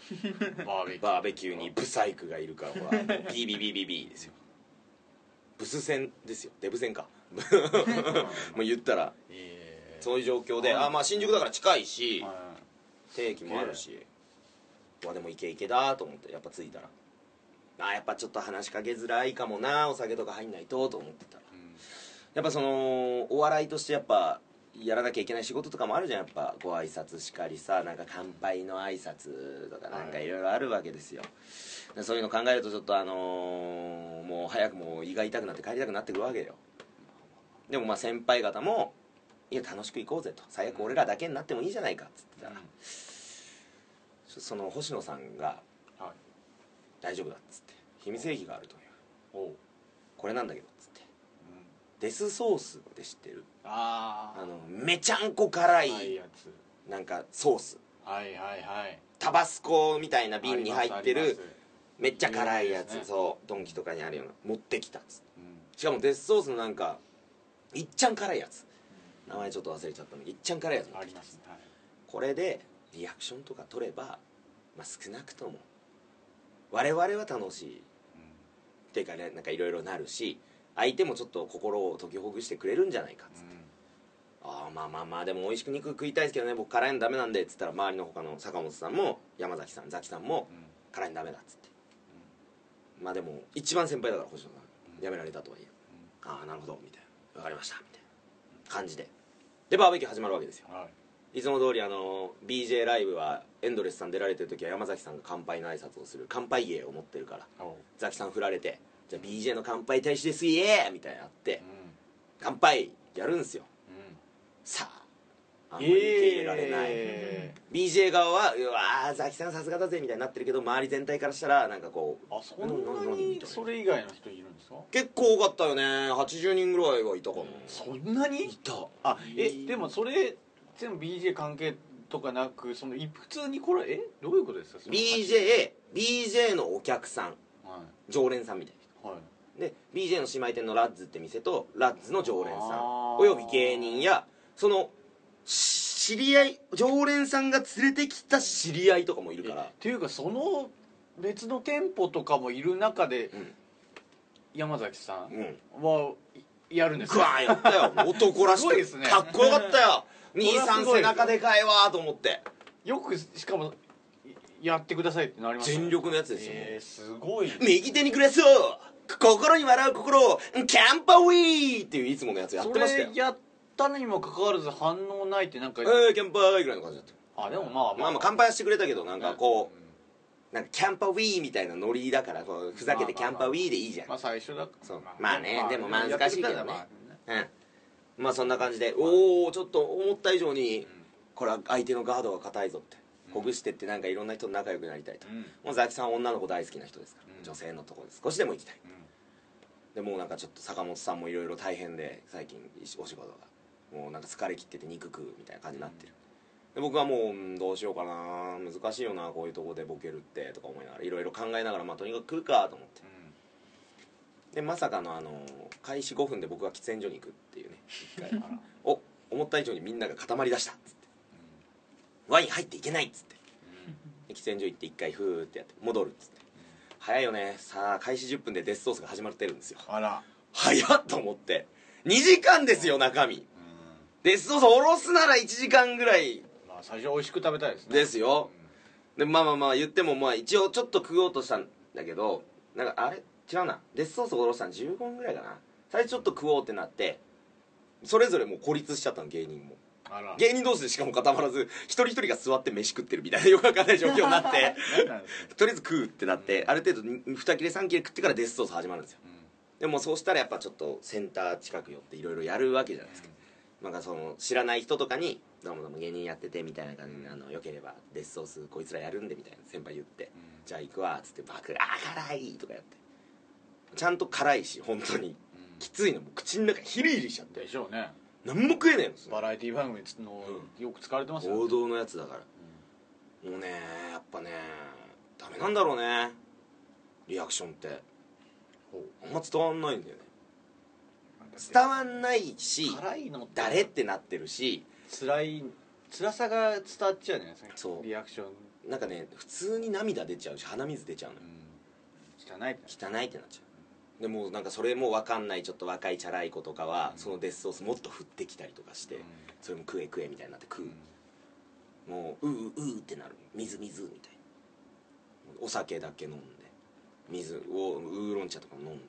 Speaker 3: バーベキュー
Speaker 2: バーベキューにブサイクがいるからほらビビビビビですよブス戦ですよデブ戦か もう言ったら
Speaker 3: え
Speaker 2: そういう状況で、あまあ新宿だから近いし、
Speaker 3: えはい
Speaker 2: 定期もあるしまあでもイケイケだと思ってやっぱ着いたらあやっぱちょっと話しかけづらいかもなお酒とか入んないとと思ってたら
Speaker 3: うん
Speaker 2: やっぱそのお笑いとしてやっぱやらなきゃいけない仕事とかもあるじゃんやっぱご挨拶しかりさなんか乾杯の挨拶とかなんかいろいろあるわけですよでそういうの考えるとちょっとあのーもう早くもう胃が痛くなって帰りたくなってくるわけよでもまあ先輩方も「いや楽しく行こうぜ」と「最悪俺らだけになってもいいじゃないか」っつってたら、
Speaker 3: うん
Speaker 2: そその星野さんが
Speaker 3: はい
Speaker 2: 「大丈夫だ」っつって「秘密兵器があるという
Speaker 3: おう
Speaker 2: これなんだけど」っつって
Speaker 3: う
Speaker 2: デスソースって知ってる
Speaker 3: あ
Speaker 2: あ
Speaker 3: あ
Speaker 2: のめちゃんこ辛い
Speaker 3: 甘いやつ
Speaker 2: なんかソース
Speaker 3: はいはいはい
Speaker 2: タバスコみたいな瓶に入って
Speaker 3: あり
Speaker 2: る
Speaker 3: ますあります
Speaker 2: めっちゃ辛いや
Speaker 3: 有名
Speaker 2: つ
Speaker 3: ですね
Speaker 2: そうドンキとかにあるような持ってきたっつって
Speaker 3: うん
Speaker 2: しかもデスソースのなんかいっちゃん辛いやつ名前ちょっと忘れちゃったのいっちゃん辛いやつ持っ
Speaker 3: あ
Speaker 2: て
Speaker 3: り
Speaker 2: きた
Speaker 3: ますね
Speaker 2: これでリアクションとか取れば、まあ、少なくとも我々は楽しいっていうかねなんかいろいろなるし相手もちょっと心を解きほぐしてくれるんじゃないかっつって、ああまあまあまあでも美味しく肉食いたいですけどね僕辛いのダメなんでっつったら周りの他の坂本さんも山崎さんザキさんも辛いのダメだっつって、まあでも一番先輩だから星野さんやめられたとはいえ、ああなるほどみたいなわかりましたみたいな感じででバーベキュー始まるわけですよ
Speaker 3: うんはい
Speaker 2: いつも通りあの BJ ライブはエンドレスさん出られてる時は山崎さんが乾杯の挨拶をする乾杯芸を持ってるから
Speaker 3: おう
Speaker 2: ザキさん振られて「じゃあ BJ の乾杯大使ですイエーイ!」みたいなのやって乾杯やるんですよ
Speaker 3: うんうん
Speaker 2: さああんまり受け入れられない、
Speaker 3: え
Speaker 2: BJ 側は「うわーザキさんさすがだぜ」みたいになってるけど周り全体からしたらなんかこう
Speaker 3: ーあそんなにそれ以外の人いるんですか
Speaker 2: 結構多かったよね80人ぐらいはいたかな
Speaker 3: そんなに
Speaker 2: いた
Speaker 3: あえでもそれ全部 BJ 関係とかなくそのい普通にこれえどういうことですかその
Speaker 2: BJBJ のお客さん
Speaker 3: は
Speaker 2: 常連さんみたいない
Speaker 3: はい
Speaker 2: で BJ の姉妹店のラッズって店とラッズの常連さ
Speaker 3: あ
Speaker 2: ん
Speaker 3: ー
Speaker 2: および芸人やそのし知り合い常連さんが連れてきた知り合いとかもいるか
Speaker 3: え
Speaker 2: ら
Speaker 3: っていうかその別の店舗とかもいる中で
Speaker 2: うん
Speaker 3: 山崎さ
Speaker 2: うん
Speaker 3: んはいやるんです
Speaker 2: グワーンやったよ男らし
Speaker 3: すご
Speaker 2: く
Speaker 3: いですね
Speaker 2: かっこよか ったよ兄
Speaker 3: れは
Speaker 2: さ
Speaker 3: す
Speaker 2: ん
Speaker 3: ごいですよ
Speaker 2: 背中でかいわーと思って
Speaker 3: よくしかもいやってくださいってなりましたね
Speaker 2: 全力のやつですよ
Speaker 3: えー、すごい
Speaker 2: 右手にグラスを心に笑う心をキャンパウィーっていういつものや つやってましたよ
Speaker 3: それやったにもかかわらず反応ないってなんか、
Speaker 2: えー、キャンパーぐらいの感じだった
Speaker 3: あでもまあ
Speaker 2: まあまあ乾杯はしてくれたけどなんかこうなんかキャンパウィーみたいなノリだからこうふざけてキャンパウィーでいいじゃん
Speaker 3: まあ最初だから
Speaker 2: そうまあねでもまあ難しいけどね
Speaker 3: やってみたらまあ
Speaker 2: うんまあそんな感じでおおちょっと思った以上にこれは相手のガードが硬いぞってほぐしてってなんかいろんな人と仲良くなりたいと
Speaker 3: うん
Speaker 2: もうザキさんは女の子大好きな人ですか
Speaker 3: う
Speaker 2: ら
Speaker 3: ん
Speaker 2: 女性のところです少しでも行きたい
Speaker 3: うん
Speaker 2: でもうなんかちょっと坂本さんもいろいろ大変で最近お仕事がもうなんか疲れ切ってて肉食うみたいな感じになってる、で僕はもううんどうしようかな難しいよなこういうとこでボケるってとか思いながらいろいろ考えながらまあとにかく食うかと思ってでまさかのあの開始5分で僕が喫煙所に行くっていうね一回お思った以上にみんなが固まりだしたっつって、ワイン入っていけないっつって、で喫煙所行って一回フーってやって戻るっつって、早いよねさあ開始10分でデスソースが始まってるんですよ
Speaker 3: あら
Speaker 2: 早っと思って2時間ですよ中身デスソースおろすなら1時間ぐらい
Speaker 3: まあ最初は美味しく食べたいですね
Speaker 2: ですよ、でまあまあまあ言ってもまあ一応ちょっと食おうとしたんだけどなんかあれ違うなデスソースおろしたの15分ぐらいかな最初ちょっと食おうってなってそれぞれもう孤立しちゃったの芸人も
Speaker 3: あら
Speaker 2: 芸人同士でしかも固まらず一人一人が座って飯食ってるみたいなよくわかんない状況になって
Speaker 3: 何なんですか
Speaker 2: とりあえず食うってなってある程度2切れ3切れ食ってからデスソース始まるんですよでもそうしたらやっぱちょっとセンター近く寄っていろいろやるわけじゃないですか、なんかその知らない人とかに「どうもどうも芸人やってて」みたいな感じで「あのよければデスソースこいつらやるんで」みたいな先輩言って「じゃあ行くわ」っつって「バクあー辛い」とかやってちゃんと辛いし本当にきついのもう口の中ヒリヒリしちゃって
Speaker 3: でしょうね
Speaker 2: 何も食えねえの
Speaker 3: バラエティ番組のよく使われてますよね
Speaker 2: 王道のやつだから、もうねやっぱねダメなんだろうねリアクションってあんま伝わんないんだよね伝わんないし
Speaker 3: 辛いのって
Speaker 2: 誰ってなってるし
Speaker 3: 辛い辛さが伝わっちゃうじゃないですか
Speaker 2: そう
Speaker 3: リアクション
Speaker 2: なんかね普通に涙出ちゃうし鼻水出ちゃうのよ
Speaker 3: 汚いって
Speaker 2: 汚いってなっちゃうでもうなんかそれも分かんないちょっと若いチャラい子とかは、そのデスソースもっと振ってきたりとかして、それも食え食えみたいになって食う、もうううううってなる水水みたいなお酒だけ飲んで水をウーロン茶とか飲んで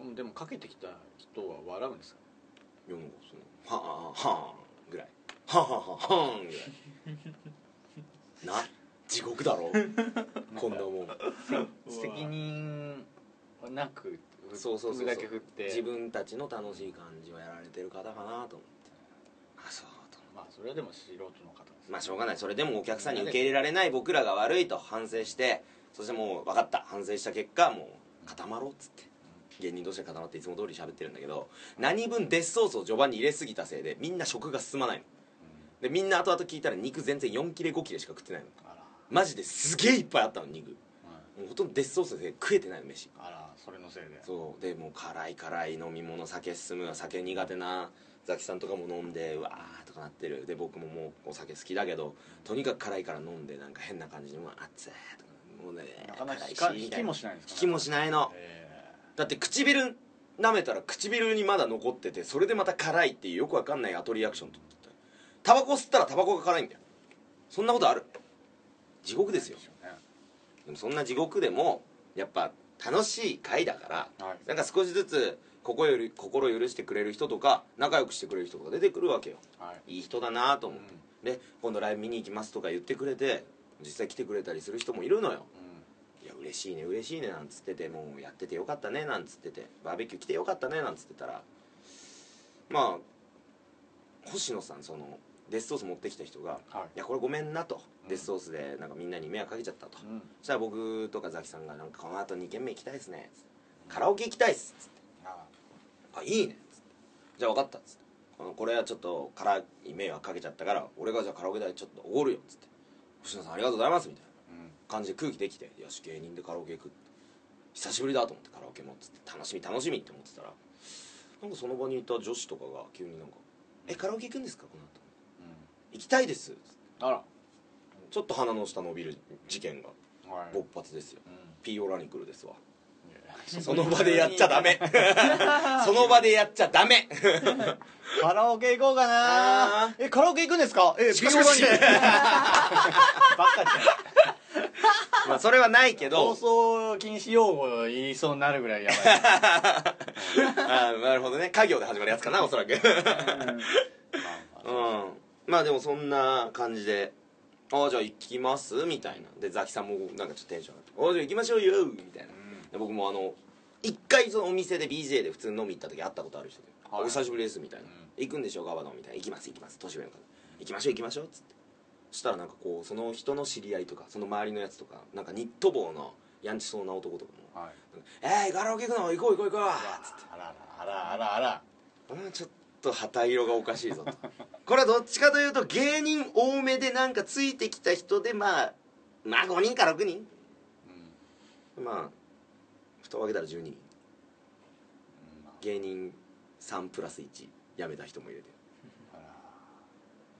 Speaker 3: うんでもかけてきた人は笑うんですか
Speaker 2: 世の中そのはあはあぐらいはあはあはあぐらいな地獄だろこんなもん
Speaker 3: 責任はなく
Speaker 2: そうそうそうそう
Speaker 3: だけ振って
Speaker 2: 自分たちの楽しい感じをやられてる方かなと思ってあそうと思
Speaker 3: まあそれはでも素人の方です
Speaker 2: うまあしょうがないそれでもお客さんに受け入れられない僕らが悪いと反省してそしてもう分かった反省した結果もう固まろうっつって芸人として固まっていつも通り喋ってるんだけど何分デスソースを序盤に入れすぎたせいでみんな食が進まないのでみんな後々聞いたら肉全然4切れ5切れしか食ってないの
Speaker 3: あら
Speaker 2: マジですげえいっぱいあったの肉もうほとんどデスソースで食えてないの飯
Speaker 3: あらそれのせいで
Speaker 2: そうでもう辛い辛い飲み物酒進む酒苦手なザキさんとかも飲んでうわーとかなってるで僕ももうお酒好きだけどとにかく辛いから飲んでなんか変な感じで「うわ熱い」とかもうね
Speaker 3: なかなか
Speaker 2: 辛い
Speaker 3: 引
Speaker 2: し
Speaker 3: か
Speaker 2: み
Speaker 3: 引
Speaker 2: たい
Speaker 3: き
Speaker 2: な
Speaker 3: もしないんです
Speaker 2: 引
Speaker 3: か
Speaker 2: きもしないの
Speaker 3: え
Speaker 2: だって唇舐めたら唇にまだ残っててそれでまた辛いっていうよくわかんない後リアクションとったタバコ吸ったらタバコが辛いんだよそんなことある地獄ですよ
Speaker 3: え
Speaker 2: でもそんな地獄でもやっぱ楽しい回だから
Speaker 3: はい
Speaker 2: なんか少しずつここより心許してくれる人とか仲良くしてくれる人とか出てくるわけよ
Speaker 3: はい
Speaker 2: いい人だなと思って、で今度ライブ見に行きますとか言ってくれて実際来てくれたりする人もいるのよいや嬉しいね嬉しいねなんつっててもうやっててよかったねなんつっててバーベキュー来てよかったねなんつってたらまあ星野さんそのデスソース持ってきた人が「
Speaker 3: はい
Speaker 2: やこれごめんな」と、
Speaker 3: うん
Speaker 2: デスソースでなんかみんなに迷惑かけちゃったと、
Speaker 3: うん
Speaker 2: そしたら僕とかザキさんが「なんかこの後2軒目行きたいですね」つってカラオケ行きたいっす」つって
Speaker 3: あ
Speaker 2: 「あいいね」つって「じゃあ分かった」つって「このこれはちょっと辛い迷惑かけちゃったから俺がじゃあカラオケ代ちょっとおごるよ」つって「星野さんありがとうございます」みたいな
Speaker 3: うん
Speaker 2: 感じで空気できて「よし芸人でカラオケ行く」久しぶりだと思ってカラオケもっつって楽しみ楽しみって思ってたらなんかその場にいた女子とかが急になんか「えカラオケ行くんですかこの後行きたいです」
Speaker 3: あら
Speaker 2: ちょっと鼻の下伸びる事件が
Speaker 3: はい
Speaker 2: 勃発ですよ
Speaker 3: うん
Speaker 2: P オラニクルですわ
Speaker 3: いや
Speaker 2: その場でやっちゃダ メその場でやっちゃダメ
Speaker 6: カラオケ行こうか
Speaker 2: あ
Speaker 6: なえカラオケ行くんですかえ
Speaker 2: しかし
Speaker 6: ビオラに
Speaker 3: バカじゃ ん
Speaker 2: まあそれはないけ
Speaker 3: 放
Speaker 2: ど
Speaker 3: 送禁止用語言いそうになるぐらいや ばい
Speaker 2: あーなるほどね家業で始まるやつかなおそらくうんまあでもそんな感じで「ああじゃあ行きます」みたいなでザキさんもなんかちょっとテンション上がって「ああじゃあ行きましょうよ」みたいな、で僕もあの一回そのお店で BJ で普通に飲み行った時会ったことある人で「
Speaker 3: はい
Speaker 2: お久しぶりです」みたいな「行くんでしょガバドン」みたいな「行きます行きます年上の方行きましょう行きましょう」っつってそしたらなんかこうその人の知り合いとかその周りのやつとかなんかニット帽のやんちそうな男とかも
Speaker 3: はい
Speaker 2: 「えー、ガラオケ行くの行こう行こう行こう」つって
Speaker 3: あらあらあらあら
Speaker 2: うんちょっと旗色がおかしいぞと これはどっちかというと芸人多めでなんかついてきた人でまあまあ5人か6人まあ蓋を開けたら10人芸人3プラス1辞めた人も入れて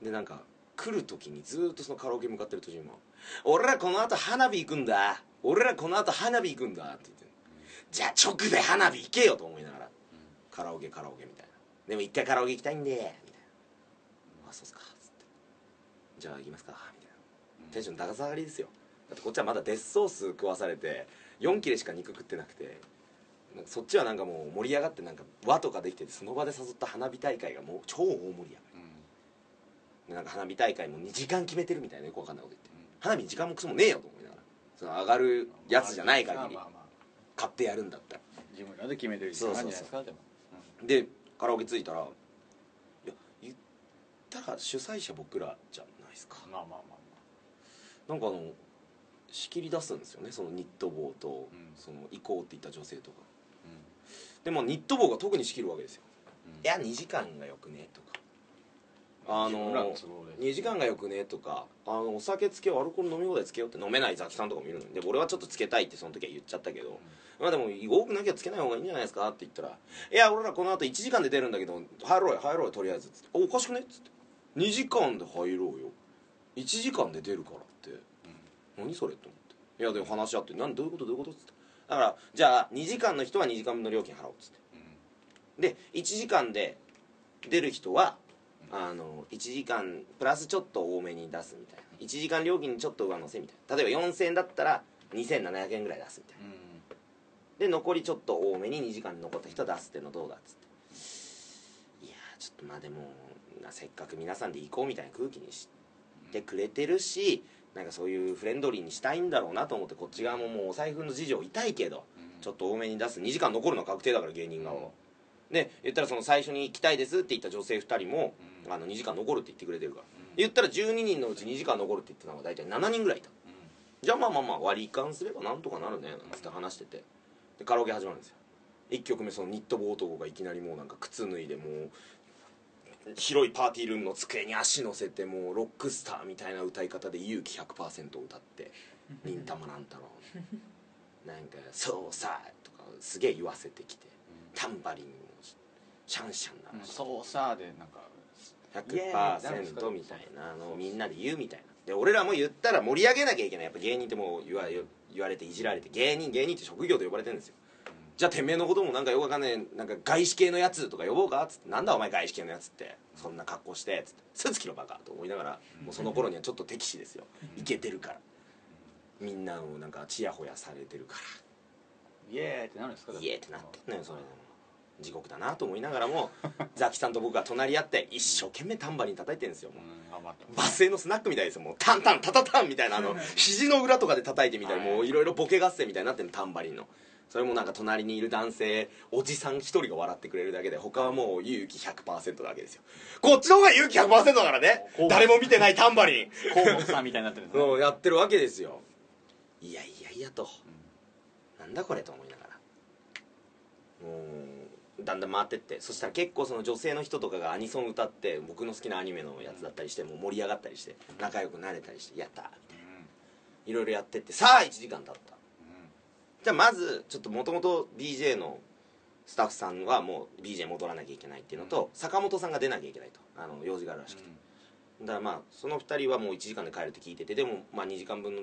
Speaker 2: でなんか来る時にずーっとそのカラオケ向かってる途中にも「俺らこの後花火行くんだ俺らこの後花火行くんだ」って言ってじゃあ直で花火行けよと思いながら、カラオケカラオケみたいなでも一回カラオケ行きたいんでみたいなあそうっすかつってじゃあ行きますかみたいなテンション高下がりですよだってこっちはまだデスソース食わされて4切れしか肉食ってなくてなんかそっちはなんかもう盛り上がってなんか輪とかできててその場で誘った花火大会がもう超大盛り上がりでなんか花火大会も2時間決めてるみたいなよくわかんないこと言って、花火に時間もクソもねえよと思いながらその上がるやつじゃない限り
Speaker 3: まあまあまあ
Speaker 2: 買ってやるんだったら
Speaker 3: 自分らで決めてる時間なんじゃないですかでも
Speaker 2: でカラオケ着いたら「いや言ったら主催者僕らじゃないですか
Speaker 3: まあまあまあまあ」
Speaker 2: なんかあの仕切り出すんですよねそのニット帽と、
Speaker 3: うん
Speaker 2: その行こうって言った女性とかでもニット帽が特に仕切るわけですよ「いや2時間がよくね」とか「あ
Speaker 3: 自分らの都合
Speaker 2: の
Speaker 3: で
Speaker 2: 2時間がよくね」とかあの「お酒つけようアルコール飲み放題つけよう」って飲めないザキさんとかもいるのにで俺はちょっとつけたいってその時は言っちゃったけど、まあでも多くなきゃつけない方がいいんじゃないですかって言ったら「いや俺らこの後1時間で出るんだけど入ろうよ入ろうよとりあえず」つって「おおかしくね?」っつって「2時間で入ろうよ1時間で出るから」って、何それって思って「いやでも話し合って何どういうことどういうこと?」っつってだからじゃあ2時間の人は2時間分の料金払おうっつって、で1時間で出る人はあの1時間プラスちょっと多めに出すみたいな1時間料金にちょっと上乗せみたいな例えば4000円だったら2700円ぐらい出すみたいなで残りちょっと多めに2時間残った人は出すってのどうだっつっていやーちょっとまあでもなせっかく皆さんで行こうみたいな空気にしてくれてるしなんかそういうフレンドリーにしたいんだろうなと思ってこっち側ももうお財布の事情痛いけど、ちょっと多めに出す2時間残るのは確定だから芸人側は、で言ったらその最初に行きたいですって言った女性2人も、あの2時間残るって言ってくれてるから、言ったら12人のうち2時間残るって言ってたのが大体7人ぐらいいた、じゃあまあまあまあ割り勘すればなんとかなるねなんつって話しててでカラオケ始まるんですよ1曲目そのニット帽男がいきなりもうなんか靴脱いでもう広いパーティールームの机に足乗せてもうロックスターみたいな歌い方で勇気100%を歌って「忍たま乱太郎」なんか「そうさ」とかすげえ言わせてきてタンバリンをシャンシャン鳴らして
Speaker 3: そうさーでなんか
Speaker 2: 100%みたいなのをみんなで言うみたいなで俺らも言ったら盛り上げなきゃいけないやっぱ芸人ってもう言わ言われていじられて芸人芸人って職業と呼ばれてるんですよじゃあてめえのこともなんかよくわかんねえなんか外資系のやつとか呼ぼうかっつってなんだお前外資系のやつってそんな格好してつってスーツ着ろバカと思いながらもうその頃にはちょっと敵視ですよイケてるからみんなをなんかチヤホヤされてるから
Speaker 3: イエーイってなるんですか
Speaker 2: イエーってなってんのよそれでも地獄だなと思いながらもザキさんと僕が隣り合って一生懸命タンバリン叩いてるんですよもう
Speaker 3: うん余っ
Speaker 2: バ
Speaker 3: た
Speaker 2: ス停のスナックみたいですよもうタンタンタタタンみたいなあの肘の裏とかで叩いてみたいなもういろいろボケ合戦みたいになってるのタンバリンのそれもなんか隣にいる男性おじさん一人が笑ってくれるだけで他はもう勇気100%なわけですよこっちの方が勇気100%だからね誰も見てないタンバリン
Speaker 3: 広告さんみたいになってるんですね
Speaker 2: そうやってるわけですよいやいやいやと、なんだこれと思いながらもうだんだん回ってってそしたら結構その女性の人とかがアニソン歌って僕の好きなアニメのやつだったりしてもう盛り上がったりして仲良くなれたりしてやったみたいないろいろやってってさあ1時間経ったじゃあまずちょっともともと DJ のスタッフさんはもう BJ 戻らなきゃいけないっていうのと、坂本さんが出なきゃいけないとあの用事があるらしくて、だからまあその2人はもう1時間で帰るって聞いててでもまあ2時間分の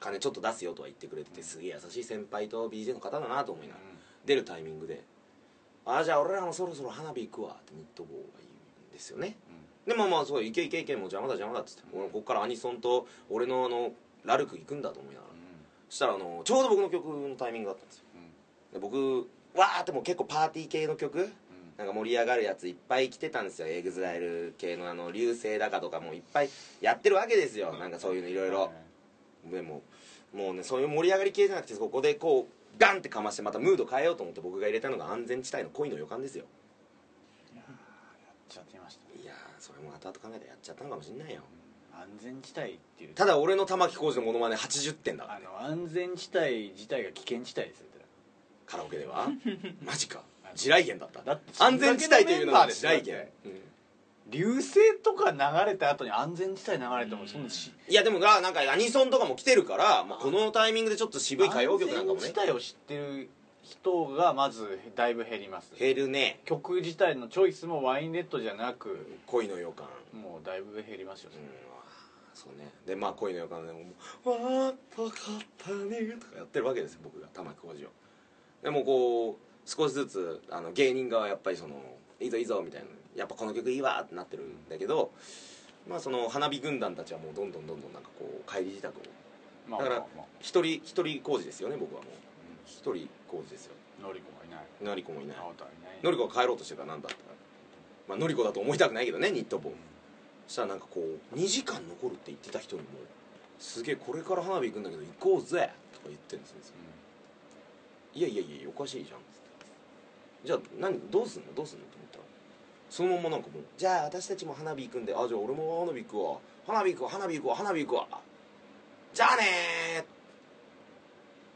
Speaker 2: 金ちょっと出すよとは言ってくれててすげえ優しい先輩と BJ の方だなと思いながら、出るタイミングで「ああじゃあ俺らもそろそろ花火行くわ」ってニット帽が言うんですよね、でまあまあそう「いけいけいけもう邪魔だ邪魔だ」っつって、俺こっからアニソンと俺のあのラルク行くんだと思いながら、そしたらあのちょうど僕の曲のタイミングだったんですよ、で僕わーってもう結構パーティー系の曲、なんか盛り上がるやついっぱい来てたんですよエグザイル系のあの流星だかとかもいっぱいやってるわけですよ、なんかそういうのいろいろでももうねそういう盛り上がり系じゃなくてここでこうガンってかましてまたムード変えようと思って僕が入れたのが安全地帯の恋の予感ですよ
Speaker 3: ちょっと言いました
Speaker 2: いやーそれも後々考えたらやっちゃったのかもしんないよ
Speaker 3: 安全地帯っていう
Speaker 2: ただ俺の玉置浩二のモノマネ80点だから
Speaker 3: あの安全地帯自体が危険地帯ですよ
Speaker 2: カラオケで はマジか地雷源だった
Speaker 3: だって
Speaker 2: 安全地帯というのは地
Speaker 3: そんだ
Speaker 2: 雷
Speaker 3: けのメンバ
Speaker 2: 源
Speaker 3: ーで、
Speaker 2: うん
Speaker 3: 流星とか流れた後に安全地帯流れてもそんなし
Speaker 2: いやでもななんかアニソンとかも来てるから、まあ、このタイミングでちょっと渋い歌謡曲なんかも
Speaker 3: 安
Speaker 2: ね
Speaker 3: 全地帯を知ってる人がまずだいぶ減ります
Speaker 2: 減るね
Speaker 3: 曲自体のチョイスもワインレッドじゃなく
Speaker 2: 恋の予感
Speaker 3: もうだいぶ減りますよ、ね
Speaker 2: そうねでまあ恋の予感でも「わあ高かったね」とかやってるわけですよ僕が玉置浩二をでもこう少しずつあの芸人側やっぱりその「いいぞいいぞ」みたいな「やっぱこの曲いいわ」ってなってるんだけど、まあその花火軍団たちはもうどんどんどんどんなんかこう帰り支度を
Speaker 3: まあ
Speaker 2: だから
Speaker 3: まあまあ
Speaker 2: 一人一人工事ですよね僕はもう一人工事ですよ
Speaker 3: ノリコがいない
Speaker 2: なりこもいない
Speaker 3: 直人はいない
Speaker 2: のりこが帰ろうとしてたら何だったかまあのりこだと思いたくないけどねニット帽そしたらなんかこう2時間残るって言ってた人にも「すげえこれから花火行くんだけど行こうぜ」とか言ってるんですよ、いやいやいやおかしいじゃん」っつってじゃあ何どうすんのどうすんの?」と思ったらそのままなんかもう「じゃあ私たちも花火行くんであじゃあ俺も花火行くわ花火行くわ花火行くわ花火行くわじゃあね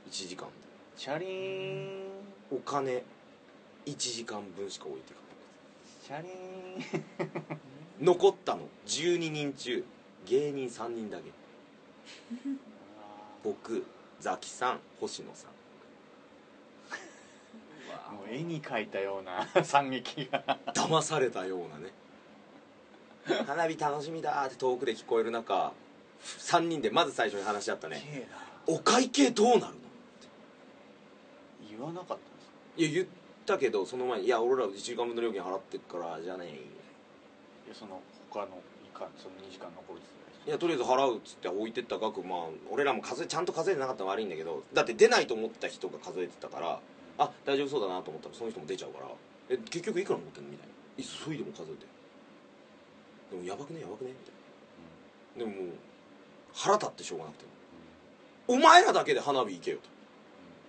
Speaker 2: ー」1時間
Speaker 3: チャリーン
Speaker 2: お金1時間分しか置いてかない
Speaker 3: チャリーン
Speaker 2: 残ったの12人中芸人3人だけ僕ザキさん星野さん
Speaker 3: もう絵に描いたよう な惨劇が
Speaker 2: 騙されたようなね花火楽しみだーって遠くで聞こえる中3人でまず最初に話し合ったねお会計どうなるの
Speaker 3: 言わなかったんですか
Speaker 2: いや言ったけどその前に「いや俺ら1時間分の料金払ってっからじゃねえよ
Speaker 3: いやその他のいかその2時間残るって
Speaker 2: いやとりあえず払う」っつって置いてった額まあ俺らも数えちゃんと数えてなかったの悪いんだけどだって出ないと思った人が数えてたからあ大丈夫そうだなと思ったらその人も出ちゃうからえ結局いくら持ってんのみたいな急いでも数えてでもやばくねやばくねみたいな、でももう腹立ってしょうがなくて、お前らだけで花火行けよと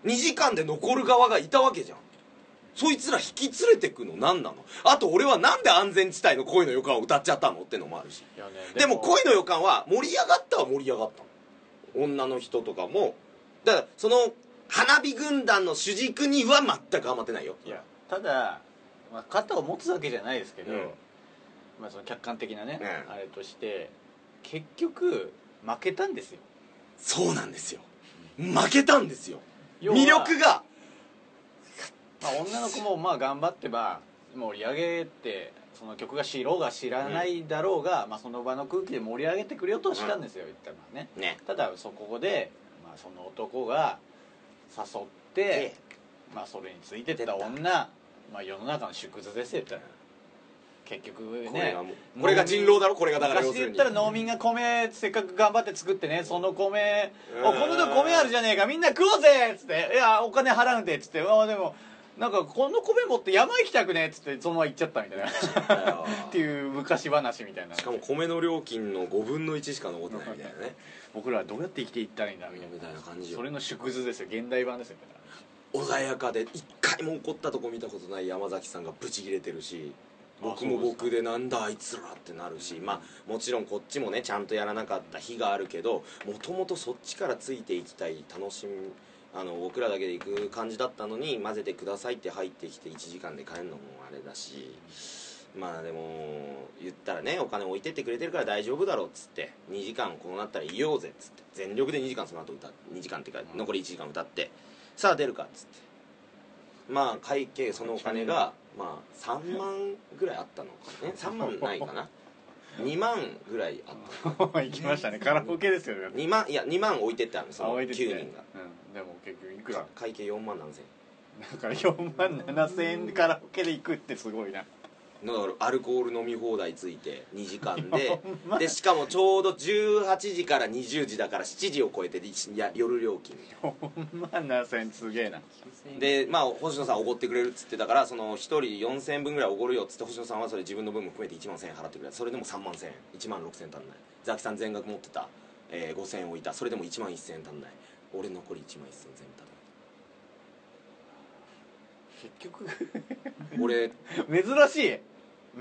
Speaker 2: 2時間で残る側がいたわけじゃんそいつら引き連れてくの何なのあと俺はなんで安全地帯の恋の予感を歌っちゃったのってのもあるし
Speaker 3: いやね
Speaker 2: でも恋の予感は盛り上がったは盛り上がったの女の人とかもだからその花火軍団の主軸には全くハマってないよ
Speaker 3: いやただ、まあ、肩を持つわけじゃないですけど、
Speaker 2: うん
Speaker 3: まあ、その客観的なね、
Speaker 2: うん
Speaker 3: あれとして結局負けたんですよ
Speaker 2: そうなんですよ負けたんですよ
Speaker 3: 要は
Speaker 2: 魅力が
Speaker 3: まあ、女の子もまあ頑張ってば盛り上げてその曲が知ろうが知らないだろうが、まあ、その場の空気で盛り上げてくれようとはしたんですよ、言ったのはね
Speaker 2: ね
Speaker 3: ただそこで、まあ、その男が誘って、まあ、それについてった女まあ、世の中の縮図ですよ言ったら結局ね
Speaker 2: これがもうこれが人狼だろこれがだから要
Speaker 3: 昔
Speaker 2: す
Speaker 3: で
Speaker 2: る
Speaker 3: 言っ
Speaker 2: に
Speaker 3: たら農民が米せっかく頑張って作ってねその米
Speaker 2: うん
Speaker 3: 「おこのと米あるじゃねえかみんな食おうぜ」っつって「いやお金払うんで」っつって「あでもなんかこの米持って山行きたくね」っつってそのまま行っちゃったみた いなっていう昔話みたいな
Speaker 2: しかも米の料金の5分の1しか残ってないみたいなね
Speaker 3: 僕らはどうやって生きていったらいいんだみたい
Speaker 2: みたいな感じ
Speaker 3: な
Speaker 2: よ
Speaker 3: それの縮図ですよ現代版ですよだから
Speaker 2: 穏やかで一回も怒ったとこ見たことない山崎さんがブチギレてるし
Speaker 3: あ
Speaker 2: 僕も
Speaker 3: そうですか
Speaker 2: 僕でなんだあいつらってなるしまあもちろんこっちもねちゃんとやらなかった日があるけどもともとそっちからついていきたい楽しみあの僕らだけで行く感じだったのに混ぜてくださいって入ってきて1時間で帰るのもあれだしまあでも言ったらねお金置いてってくれてるから大丈夫だろうっつって2時間こうなったらいようぜっつって全力で2時間その後歌2時間っていうか残り1時間歌ってさあ出るかっつってまあ会計そのお金がまあ3万ぐらいあったのかね3万ない かな2万ぐらいあったの
Speaker 3: 行きましたねカラオケですよね
Speaker 2: 2万いや2万置いてってあるのその
Speaker 3: 青
Speaker 2: 9
Speaker 3: いですね
Speaker 2: 人が
Speaker 3: うん、でも結局いくら
Speaker 2: 会計4万何千
Speaker 3: だから4万7000円でカラオケで行くってすごいな
Speaker 2: だからアルコール飲み放題ついて2時間ででしかもちょうど18時から20時だから7時を超えていや夜料金
Speaker 3: 4万7000円すげえな
Speaker 2: でまあ星野さんおごってくれるっつってたからその1人4000円分ぐらいおごるよっつって星野さんはそれ自分の分も含めて1万1000円払ってくれたそれでも3万1000円1万6000円足んないザキさん全額持ってた、えー5000円置いたそれでも1万1000円足んない俺残り1万1000円全部
Speaker 3: 結局
Speaker 2: 足んない俺
Speaker 3: 珍しい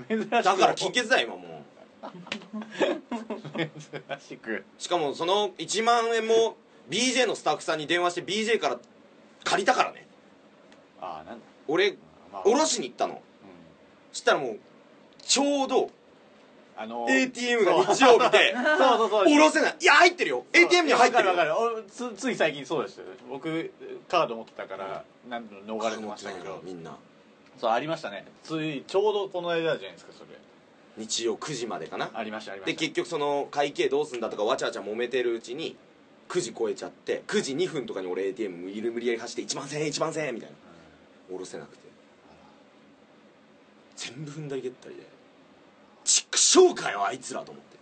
Speaker 3: 珍しい
Speaker 2: だから金欠だよ今もう
Speaker 3: 珍しく
Speaker 2: しかもその1万円も BJ のスタッフさんに電話して BJ から借りたからね
Speaker 3: ああなんだ
Speaker 2: 俺
Speaker 3: まあ
Speaker 2: おろしに行ったの
Speaker 3: うん
Speaker 2: したらもうちょうど
Speaker 3: あの
Speaker 2: ATM が日曜日 で
Speaker 3: そうそうそう
Speaker 2: おろせないいや入ってるよ ATM には入ってる
Speaker 3: わか
Speaker 2: よ
Speaker 3: るわかるおつつい最近そうですよ僕カード持ってたから何度も逃れてましたけど
Speaker 2: みんな
Speaker 3: そうありましたねついちょうどこの間じゃないですかそれ
Speaker 2: 日曜9時までかな
Speaker 3: ありましたありま
Speaker 2: で
Speaker 3: した
Speaker 2: 結局その会計どうすんだとかわちゃわちゃ揉めてるうちに9時超えちゃって9時2分とかに俺 ATM 無理やり走って1万1000円1万1000円みたいな下ろせなくて全部踏んだり蹴ったりで畜生かよあいつらと思って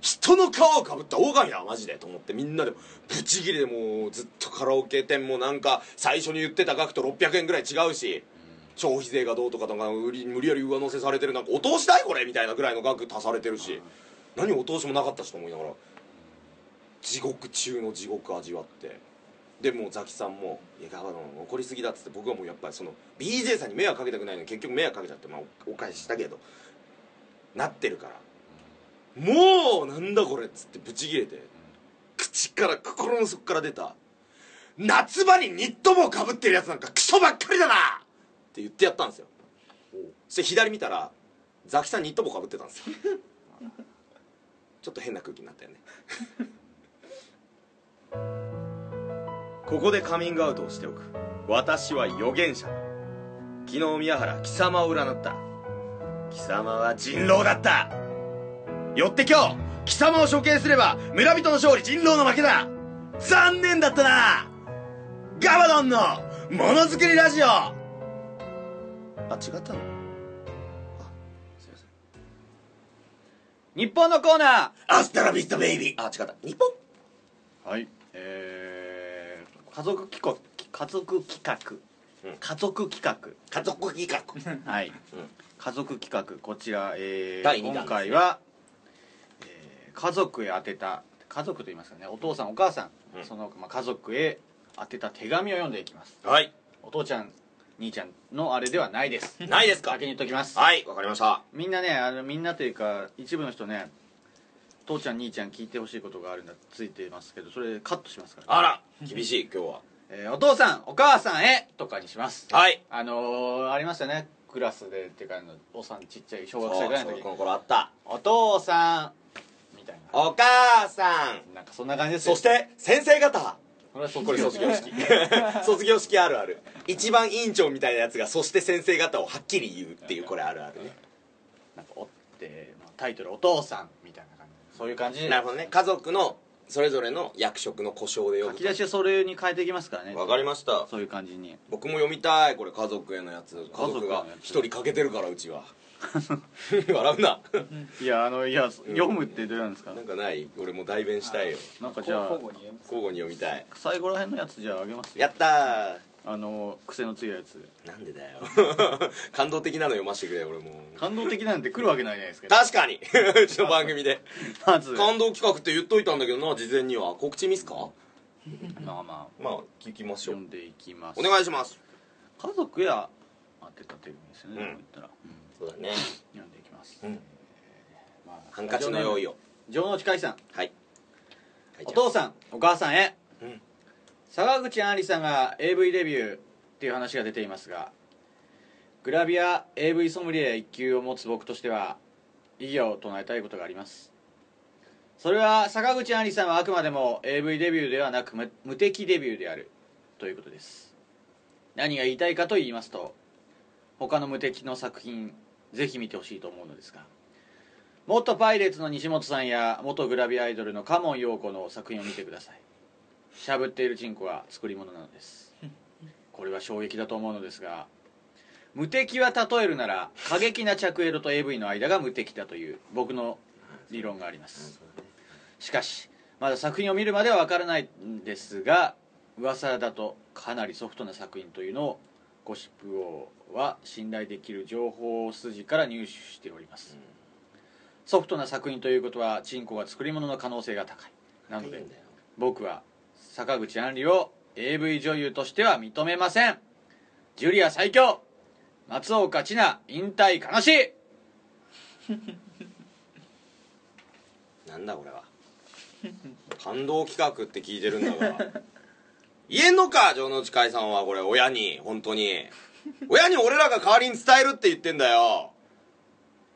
Speaker 2: 人の皮をかぶった狼だマジでと思ってみんなでブチギレでもうずっとカラオケ店もなんか最初に言ってた額と600円ぐらい違うし消費税がどうとかとか売り無理やり上乗せされてるなんかお通しだいこれみたいなぐらいの額足されてるし何お通しもなかったしと思いながら地獄中の地獄味わってでもうザキさんも「いやガバドン怒りすぎだ」っつって僕はもうやっぱりその BJ さんに迷惑かけたくないのに結局迷惑かけちゃってまあおお返ししたけどなってるからもうなんだこれっつってブチ切れて口から心の底から出た夏場にニット帽かぶってるやつなんかクソばっかりだなって言ってやったんですよそして左見たらザキさんニット帽かぶってたんですよちょっと変な空気になったよね ここでカミングアウトをしておく私は預言者昨日宮原貴様を占った貴様は人狼だったよって今日貴様を処刑すれば村人の勝利人狼の負けだ残念だったなガバドンのものづくりラジオあ違ったのあすいません
Speaker 3: 日本のコーナ
Speaker 2: アスタラビスタベイビーあ違った日本
Speaker 3: ーはいえー、家族企画家族企画、
Speaker 2: うん
Speaker 3: 家族企画
Speaker 2: 家族企画
Speaker 3: はい、
Speaker 2: ん
Speaker 3: 家族企画こちら、えー
Speaker 2: 第二弾
Speaker 3: 今回は、えー家族へ宛てた家族と言いますかねお父さんお母さん、
Speaker 2: うん
Speaker 3: その、まあ、家族へ宛てた手紙を読んでいきます
Speaker 2: はい
Speaker 3: お父ちゃん兄ちゃんのあれではないです
Speaker 2: ないですか
Speaker 3: 先に言っときます
Speaker 2: はいわかりました
Speaker 3: みんなねあのみんなというか一部の人ね父ちゃん兄ちゃん聞いてほしいことがあるんだついてますけどそれカットしますから
Speaker 2: あら厳しい今日は
Speaker 3: えーお父さんお母さんへとかにします
Speaker 2: はい
Speaker 3: あのーありましたねクラスでっていうかあのおさんちっちゃい小
Speaker 2: そう
Speaker 3: 学生ぐらいの
Speaker 2: そう
Speaker 3: 時
Speaker 2: この頃あった
Speaker 3: お父さんみたいな
Speaker 2: お母さん
Speaker 3: なんかそんな感じですよ
Speaker 2: そして先生 方
Speaker 3: これは
Speaker 2: こ
Speaker 3: 卒
Speaker 2: れ
Speaker 3: 業
Speaker 2: 卒
Speaker 3: 式
Speaker 2: 業式卒業式あるある一番委員長みたいなやつがそして先生方をはっきり言うっていうこれあるあるね
Speaker 3: なんかおって、まあ、タイトル「お父さん」みたいな感じそういう感じで
Speaker 2: なるほどね家族のそれぞれの役職の故障で
Speaker 3: 書
Speaker 2: 読
Speaker 3: き出しはそれに変えていきますからね
Speaker 2: むわかりました
Speaker 3: そういう感じに
Speaker 2: 僕も読みたいこれ家族へのやつ家
Speaker 3: 族へ
Speaker 2: 族
Speaker 3: のや
Speaker 2: が
Speaker 3: つ
Speaker 2: 一人欠けてるからう ちは笑うない
Speaker 3: やあのいや読むってどうなんですか
Speaker 2: なんかない俺も代弁したいよ
Speaker 3: なんかじゃあ
Speaker 4: 交互に言えます
Speaker 2: 交互に読みたい
Speaker 3: 最後らへんのやつじゃああげますよ
Speaker 2: やったー
Speaker 3: あの癖の強いやつ
Speaker 2: なんでだよ 感動的なの読ませてくれよ俺も
Speaker 3: 感動的なんて来るわけないじゃないですか
Speaker 2: 確か にうちの番組で
Speaker 3: まず
Speaker 2: 感動企画って言っといたんだけどな事前には告知ミスか
Speaker 3: まあまあ
Speaker 2: まあ聞きましょ
Speaker 3: 読
Speaker 2: うん
Speaker 3: でいきます
Speaker 2: お願いします
Speaker 3: 家族や当てたてるんですよね、
Speaker 2: うん
Speaker 3: でも言ったら、うん
Speaker 2: そうだね
Speaker 3: 読んでいきます、
Speaker 2: うん
Speaker 3: まあ
Speaker 2: ハンカチの用意
Speaker 3: を
Speaker 2: を
Speaker 3: 城之内海さん
Speaker 2: はい
Speaker 3: お父さんお母さんへ、
Speaker 2: うん
Speaker 3: 沢口杏里さんが AV レビューっていう話が出ていますがグラビア AV ソムリエ1級を持つ僕としては異議を唱えたいことがありますそれは坂口杏里さんはあくまでも AV デビューではなく無無敵デビューであるということです何が言いたいかと言いますと他の無敵の作品ぜひ見てほしいと思うのですが元パイレーツの西本さんや元グラビアアイドルのカモン陽子の作品を見てくださいしゃぶっているチンコは作り物なのですこれは衝撃だと思うのですが無敵は例えるなら過激な着エロと AV の間が無敵だという僕の理論がありますしかしまだ作品を見るまでは分からないんですが噂だとかなりソフトな作品というのをゴシップ王は信頼できる情報筋から入手しております、ソフトな作品ということはチンコが作り物の可能性が高いなので僕は坂口杏里を AV 女優としては認めませんジュリア最強松岡千奈引退悲しい
Speaker 2: なんだこれは感動企画って聞いてるんだが言えんのか城之内海さんはこれ親に本当に親に俺らが代わりに伝えるって言ってんだよ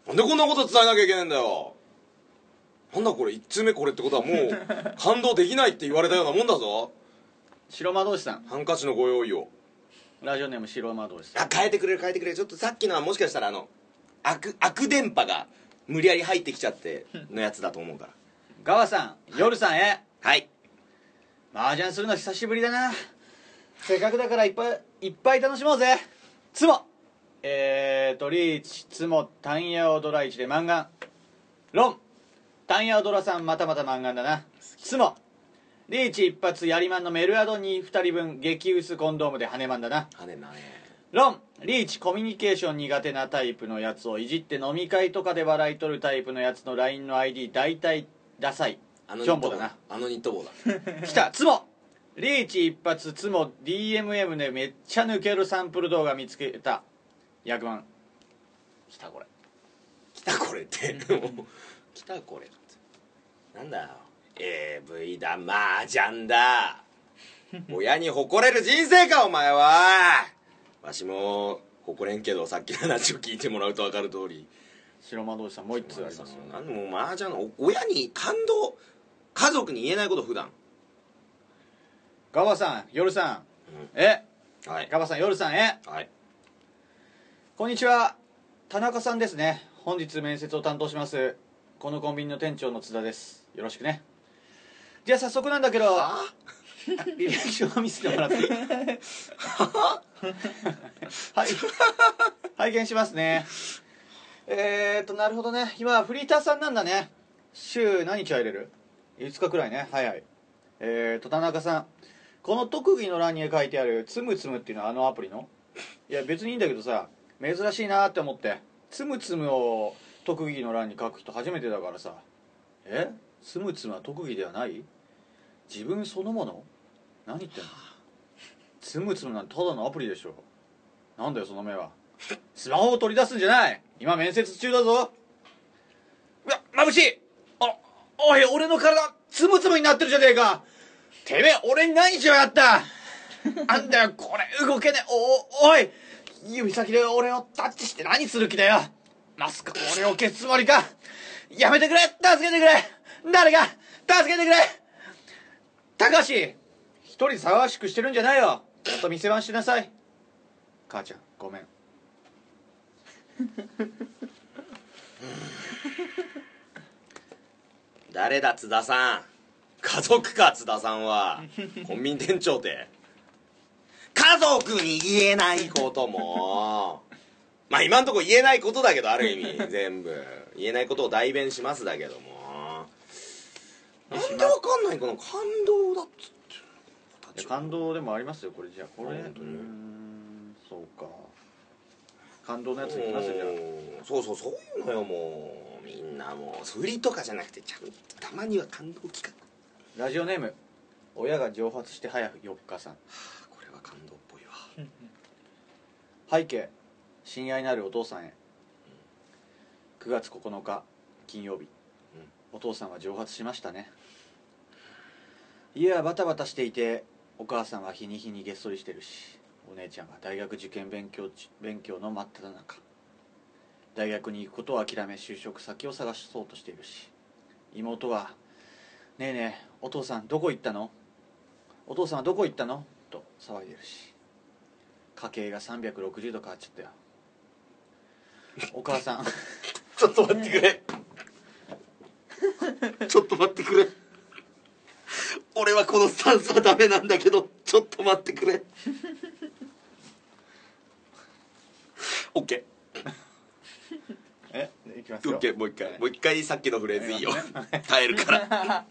Speaker 2: なんでこんなこと伝えなきゃいけないんだよなんだこれ1通目これってことはもう感動できないって言われたようなもんだぞ
Speaker 3: 白魔道士さん
Speaker 2: ハンカチのご用意を
Speaker 3: ラジオネーム白魔道士さ
Speaker 2: あ変えてくれる変えてくれるちょっとさっきのはもしかしたらあの悪悪電波が無理やり入ってきちゃってのやつだと思うから
Speaker 3: んガワさん夜さんへ
Speaker 2: はい
Speaker 3: 麻雀するの久しぶりだなせっかくだからいっぱいいっぱい楽しもうぜつもえーとリーチつもタンヤオドライチで漫画ロンタンヤオドラさんまたまた漫画だなつもリーチ一発やりまんのメルアドに2人分激薄コンドームで羽まんだな
Speaker 2: 跳ねんなね
Speaker 3: ロンリーチコミュニケーション苦手なタイプのやつをいじって飲み会とかで笑い取るタイプのやつの LINE の ID 大体ダサい
Speaker 2: あの
Speaker 3: ジョンボだな
Speaker 2: あのニット 帽だ
Speaker 3: 来たツモリーチ一発ツモ DMM でめっちゃ抜けるサンプル動画見つけた100万来たこれ
Speaker 2: 来たこれってもう 来たこれってなんだよ AV だ麻雀 だ親に誇れる人生かお前はわしも誇れんけどさっきの話を聞いてもらうと分かる通り
Speaker 3: 白魔道士さんもう1つありますよ
Speaker 2: なんでもう麻雀のお親に感動家族に言えないこと普段
Speaker 3: ガバさん夜さんえ
Speaker 2: はい
Speaker 3: ガバさん夜さんえ
Speaker 2: はい
Speaker 3: こんにちは田中さんですね本日面接を担当しますこのコンビニの店長の津田ですよろしくねじゃあ早速なんだけど
Speaker 2: あ
Speaker 3: 履歴書を見せてもらっていいはい拝見しますねえーっとなるほどね今はフリーターさんなんだね週何日入れる5日くらいねはいはいえーっと田中さんこの特技の欄に書いてある「つむつむ」っていうのはあのアプリのいや別にいいんだけどさ珍しいなって思って「つむつむ」を特技の欄に書く人初めてだからさえつむつむは特技ではない自分そのもの何言ってんのつむつむなんてただのアプリでしょなんだよその目はスマホを取り出すんじゃない今面接中だぞうわ眩しいあおい俺の体つむつむになってるじゃねえかてめえ俺に何しようやったあんだよこれ動けねえおおい指先で俺をタッチして何する気だよまさか俺を消すつもりかやめてくれ助けてくれ誰か助けてくれ高橋一人騒がしくしてるんじゃないよちゃんと店番しなさい母ちゃんごめん
Speaker 2: 誰だ津田さん家族か津田さん はコンビニ店長って家族に言えないこともまあ今んとこ言えないことだけどある意 味全部言えないことを代弁しますだけどもなんでわかんないこの感動だっつって
Speaker 3: いや感動でもありますよこれじゃあこれ
Speaker 2: あ本当に
Speaker 3: うーんそうか感動のやついきますよじゃあ
Speaker 2: うんそうそうそういうのよもうみんなもう振りとかじゃなくてちゃんとたまには感動企画
Speaker 3: ラジオネーム親が蒸発して早4日さん
Speaker 2: あこれは感動っぽいわ
Speaker 3: 背景親愛なるお父さんへ9月9日金曜日、お父さんは蒸発しましたね家はバタバタしていてお母さんは日に日にげっそりしてるしお姉ちゃんは大学受験勉強ち勉強の真っ只中大学に行くことを諦め就職先を探そうとしているし妹は「ねえねえお父さんどこ行ったのお父さんはどこ行ったの?」と騒いでるし家計が360度変わっちゃったよお 母さん
Speaker 2: ちょっと待ってくれ。ちょっと待ってくれ。俺はこのスタンスはダメなんだけど、ちょっと待ってくれ。オッケ
Speaker 3: えいきま
Speaker 2: ー、オッケー、もう一回、もう一回さっきのフレーズいいよ。耐えるから。
Speaker 3: ね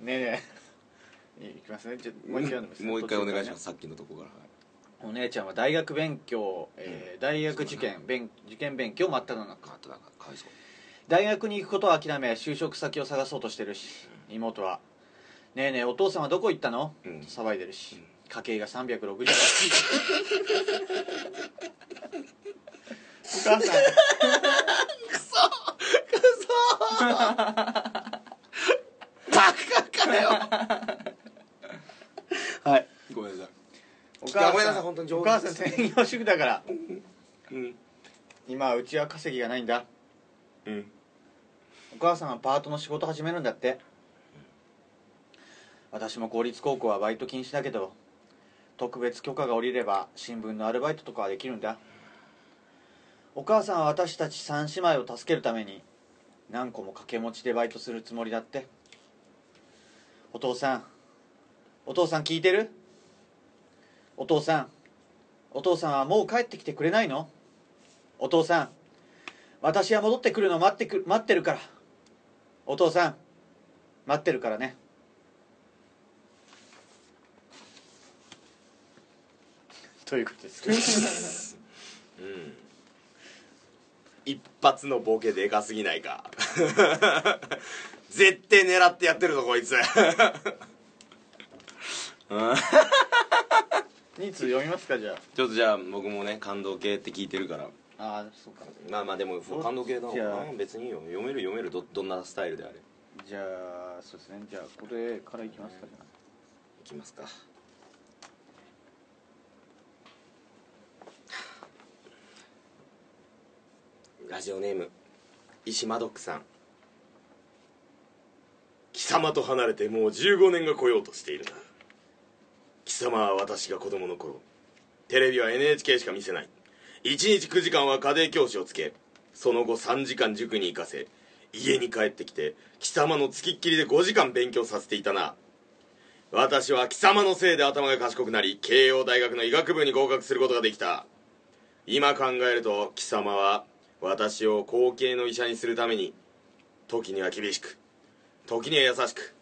Speaker 3: えねえいきますねちょもう一回読んでみます
Speaker 2: もう一回お願いしま
Speaker 3: 途中からね
Speaker 2: す。さっきのとこから。
Speaker 3: お姉ちゃんは大学勉強、えー大学受験勉受験勉強真っ只中
Speaker 2: カートだから、かわいそう。
Speaker 3: 大学に行くことを諦め就職先を探そうとしてるし妹は「ねえねえお父さんはどこ行ったの
Speaker 2: うん
Speaker 3: と騒いでるし、家計が360度 お母さん
Speaker 2: バカかよ。
Speaker 3: はい
Speaker 2: ごめんなさい。
Speaker 3: お母さん
Speaker 2: ごめんなさい本当に上手
Speaker 3: お母さん専業主婦だから
Speaker 2: うん。
Speaker 3: 今はうちは稼ぎがないんだ
Speaker 2: うん。
Speaker 3: お母さんはパートの仕事始めるんだって私も公立高校はバイト禁止だけど特別許可が下りれば新聞のアルバイトとかはできるんだお母さんは私たち三姉妹を助けるために何個も掛け持ちでバイトするつもりだってお父さんお父さん聞いてるお父さんお父さんはもう帰ってきてくれないのお父さん私は戻ってくるのを待ってく待ってるからお父さん待ってるからねということです
Speaker 2: うん一発のボケでかすぎないか 絶対狙ってやってるぞこいつうん
Speaker 3: 2通読みますかじゃ
Speaker 2: ちょっとじゃあ僕もね感動系って聞いてるから
Speaker 3: あああそうか
Speaker 2: まあまあでもそう感動系だもん
Speaker 3: じゃあ
Speaker 2: な別にいいよ読める読めるどどんなスタイルであれい
Speaker 3: じゃあそうですねじゃあこれからいきますかじゃあ
Speaker 2: きますかラジオネーム石マドックさん貴様と離れてもう15年が来ようとしているな貴様は私が子供の頃テレビは NHK しか見せない1日9時間は家庭教師をつけその後3時間塾に行かせ家に帰ってきて貴様の付きっきりで5時間勉強させていたな私は貴様のせいで頭が賢くなり慶応大学の医学部に合格することができた今考えると貴様は私を後継の医者にするために時には厳しく時には優しく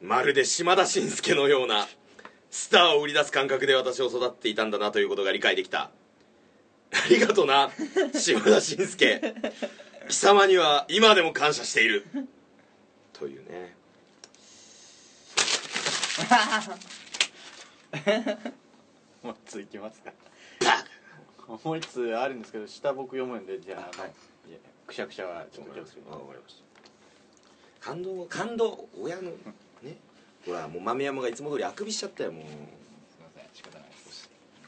Speaker 2: まるで島田紳介のようなスターを売り出す感覚で私を育っていたんだなということが理解できたありがとな島田紳介貴様には今でも感謝しているというね
Speaker 3: もう一通いきますか もう一通あるんですけど下僕読むんでじゃああのいやくしゃくしゃはちょっと気をつけて
Speaker 2: あわかりました感動感動親のねほらもう豆山がいつも通りあくびしちゃったよもう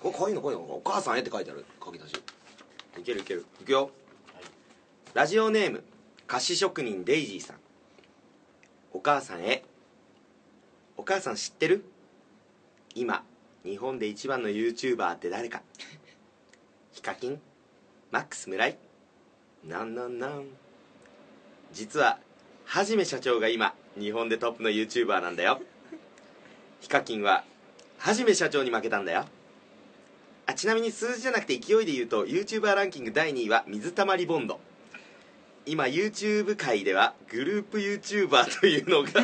Speaker 2: おかわいいのかわいいのお母さんへって書いてある書き出しいけるいけるいくよ、ラジオネーム菓子職人デイジーさんお母さんへお母さん知ってる今日本で一番の YouTuber って誰かヒカキンマックス村井なんなんなん実ははじめ社長が今日本でトップの YouTuber なんだよヒカキンははじめ社長に負けたんだよあちなみに数字じゃなくて勢いで言うと YouTuber ランキング第2位は水たまりボンド今 YouTube 界ではグループ YouTuber というのが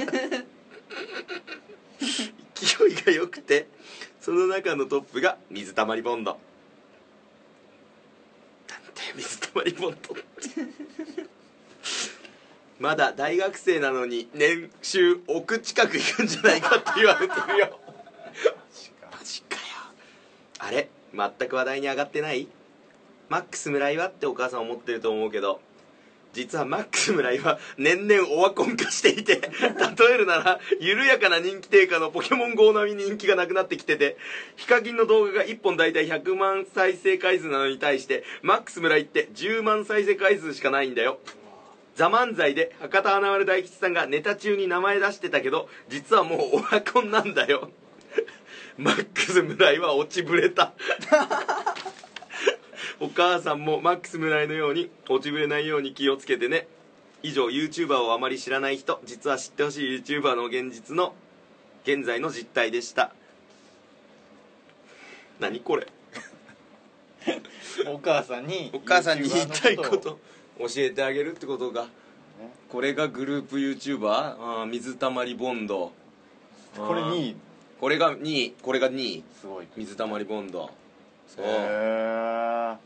Speaker 2: 勢いが良くてその中のトップが水たまりボンドなんて水たまりボンドまだ大学生なのに年収億近くいくんじゃないかって言われてるよマジかよあれ全く話題に上がってないマックス村井はってお母さん思ってると思うけど実はマックス村井は 年々オワコン化してい て例えるなら緩やかな人気低下のポケモン GO 並みに人気がなくなってきててヒカキンの動画が1本大体100万再生回数なのに対してマックス村井って10万再生回数しかないんだよザ・漫才で博多華丸大吉さんがネタ中に名前出してたけど実はもうオワコンなんだよ マックス村井は落ちぶれた お母さんもマックス村井のように落ちぶれないように気をつけてね以上 YouTuber をあまり知らない人実は知ってほしい YouTuber の現実の現在の実態でした何これ
Speaker 3: お母さんに
Speaker 2: お母さんに言いたい
Speaker 3: YouTuber の
Speaker 2: こ
Speaker 3: を
Speaker 2: と教えてあげるってことがこれがグループ YouTuber あー水たまりボンド
Speaker 3: これに
Speaker 2: これが2位これが2位
Speaker 3: すごい
Speaker 2: 水たまりボンドそう
Speaker 3: へえ
Speaker 2: あ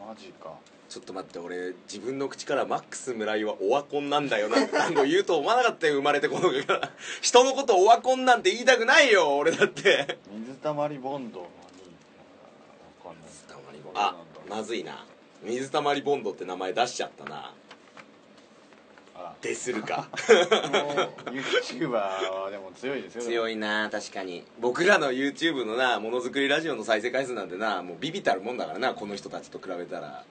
Speaker 2: ー
Speaker 3: マジか
Speaker 2: ちょっと待って俺自分の口からマックス村井はオワコンなんだよなって単語言うと思わなかったよ生まれてこのから人のことオワコンなんて言いたくないよ俺だって
Speaker 3: 水たまりボンドのにわかんない
Speaker 2: 水たまりボンドあまずいな水たまりボンドって名前出しちゃったな
Speaker 3: あ
Speaker 2: デスるか
Speaker 3: ユーチューバーはでも強いですよ
Speaker 2: 強
Speaker 3: い
Speaker 2: いな確かに僕らの YouTube のなものづくりラジオの再生回数なんてなもうビビたるもんだからなこの人たちと比べたら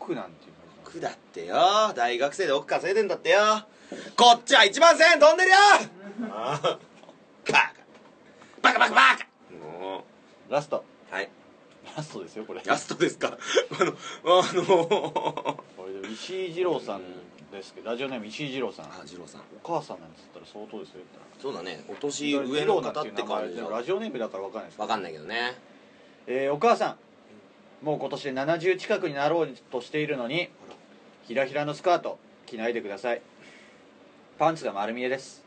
Speaker 3: 奥なんていうの
Speaker 2: 奥だってよ大学生で奥稼いでんだってよこっちは1万1000円飛んでるよああバカバカバカバカも
Speaker 3: ラスト
Speaker 2: うはい
Speaker 3: ラストですよこれ
Speaker 2: ラストですかあのあの
Speaker 3: これで石井二郎さんですけどラジオネーム石井二郎さん
Speaker 2: あ二郎さん
Speaker 3: お母さんなんつったら相当ですよ言ったら
Speaker 2: そうだねお年上の方って
Speaker 3: 二郎な
Speaker 2: 感
Speaker 3: んいう名前
Speaker 2: じ
Speaker 3: で
Speaker 2: だ
Speaker 3: もラジオネームだからわかんないです
Speaker 2: わかんないけどね
Speaker 3: えーお母さんもう今年で70近くになろうとしているのにひらひらのスカート着ないでくださいパンツが丸見えです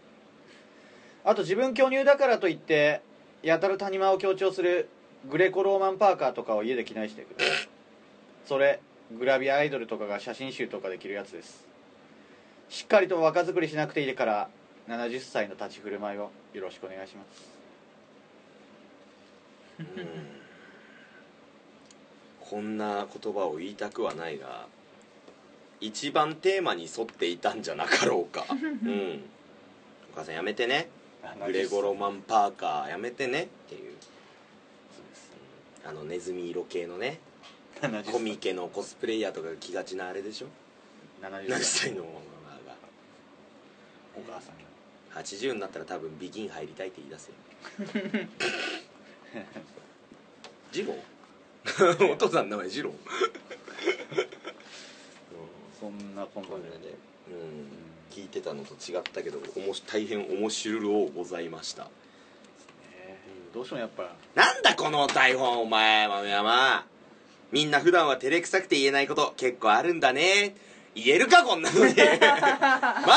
Speaker 3: あと自分巨乳だからといってやたら谷間を強調するグレコローマンパーカーとかを家で着ないしてくださいそれグラビアアイドルとかが写真集とかで着るやつですしっかりと若作りしなくていいから70歳の立ち振る舞いをよろしくお願いします
Speaker 2: こんな言葉を言いたくはないが一番テーマに沿っていたんじゃなかろうかうんお母さんやめてねグレゴロマン・パーカーやめてねっていうあのネズミ色系のね
Speaker 3: 70
Speaker 2: コミケのコスプレイヤーとかが着がちなあれでしょ
Speaker 3: 70
Speaker 2: 何
Speaker 3: 歳
Speaker 2: 歳のママが
Speaker 3: お母さんが
Speaker 2: 80になったら多分ビギン入りたいって言い出すよジローお父さんの名前ジロー
Speaker 3: そんなこんな
Speaker 2: こ
Speaker 3: で
Speaker 2: れで、うん、聞いてたのと違ったけどおもし大変面白いございました
Speaker 3: どうしてもやっぱ
Speaker 2: なんだこの台本お前豆山みんな普段は照れくさくて言えないこと結構あるんだね言えるかこんなのにマ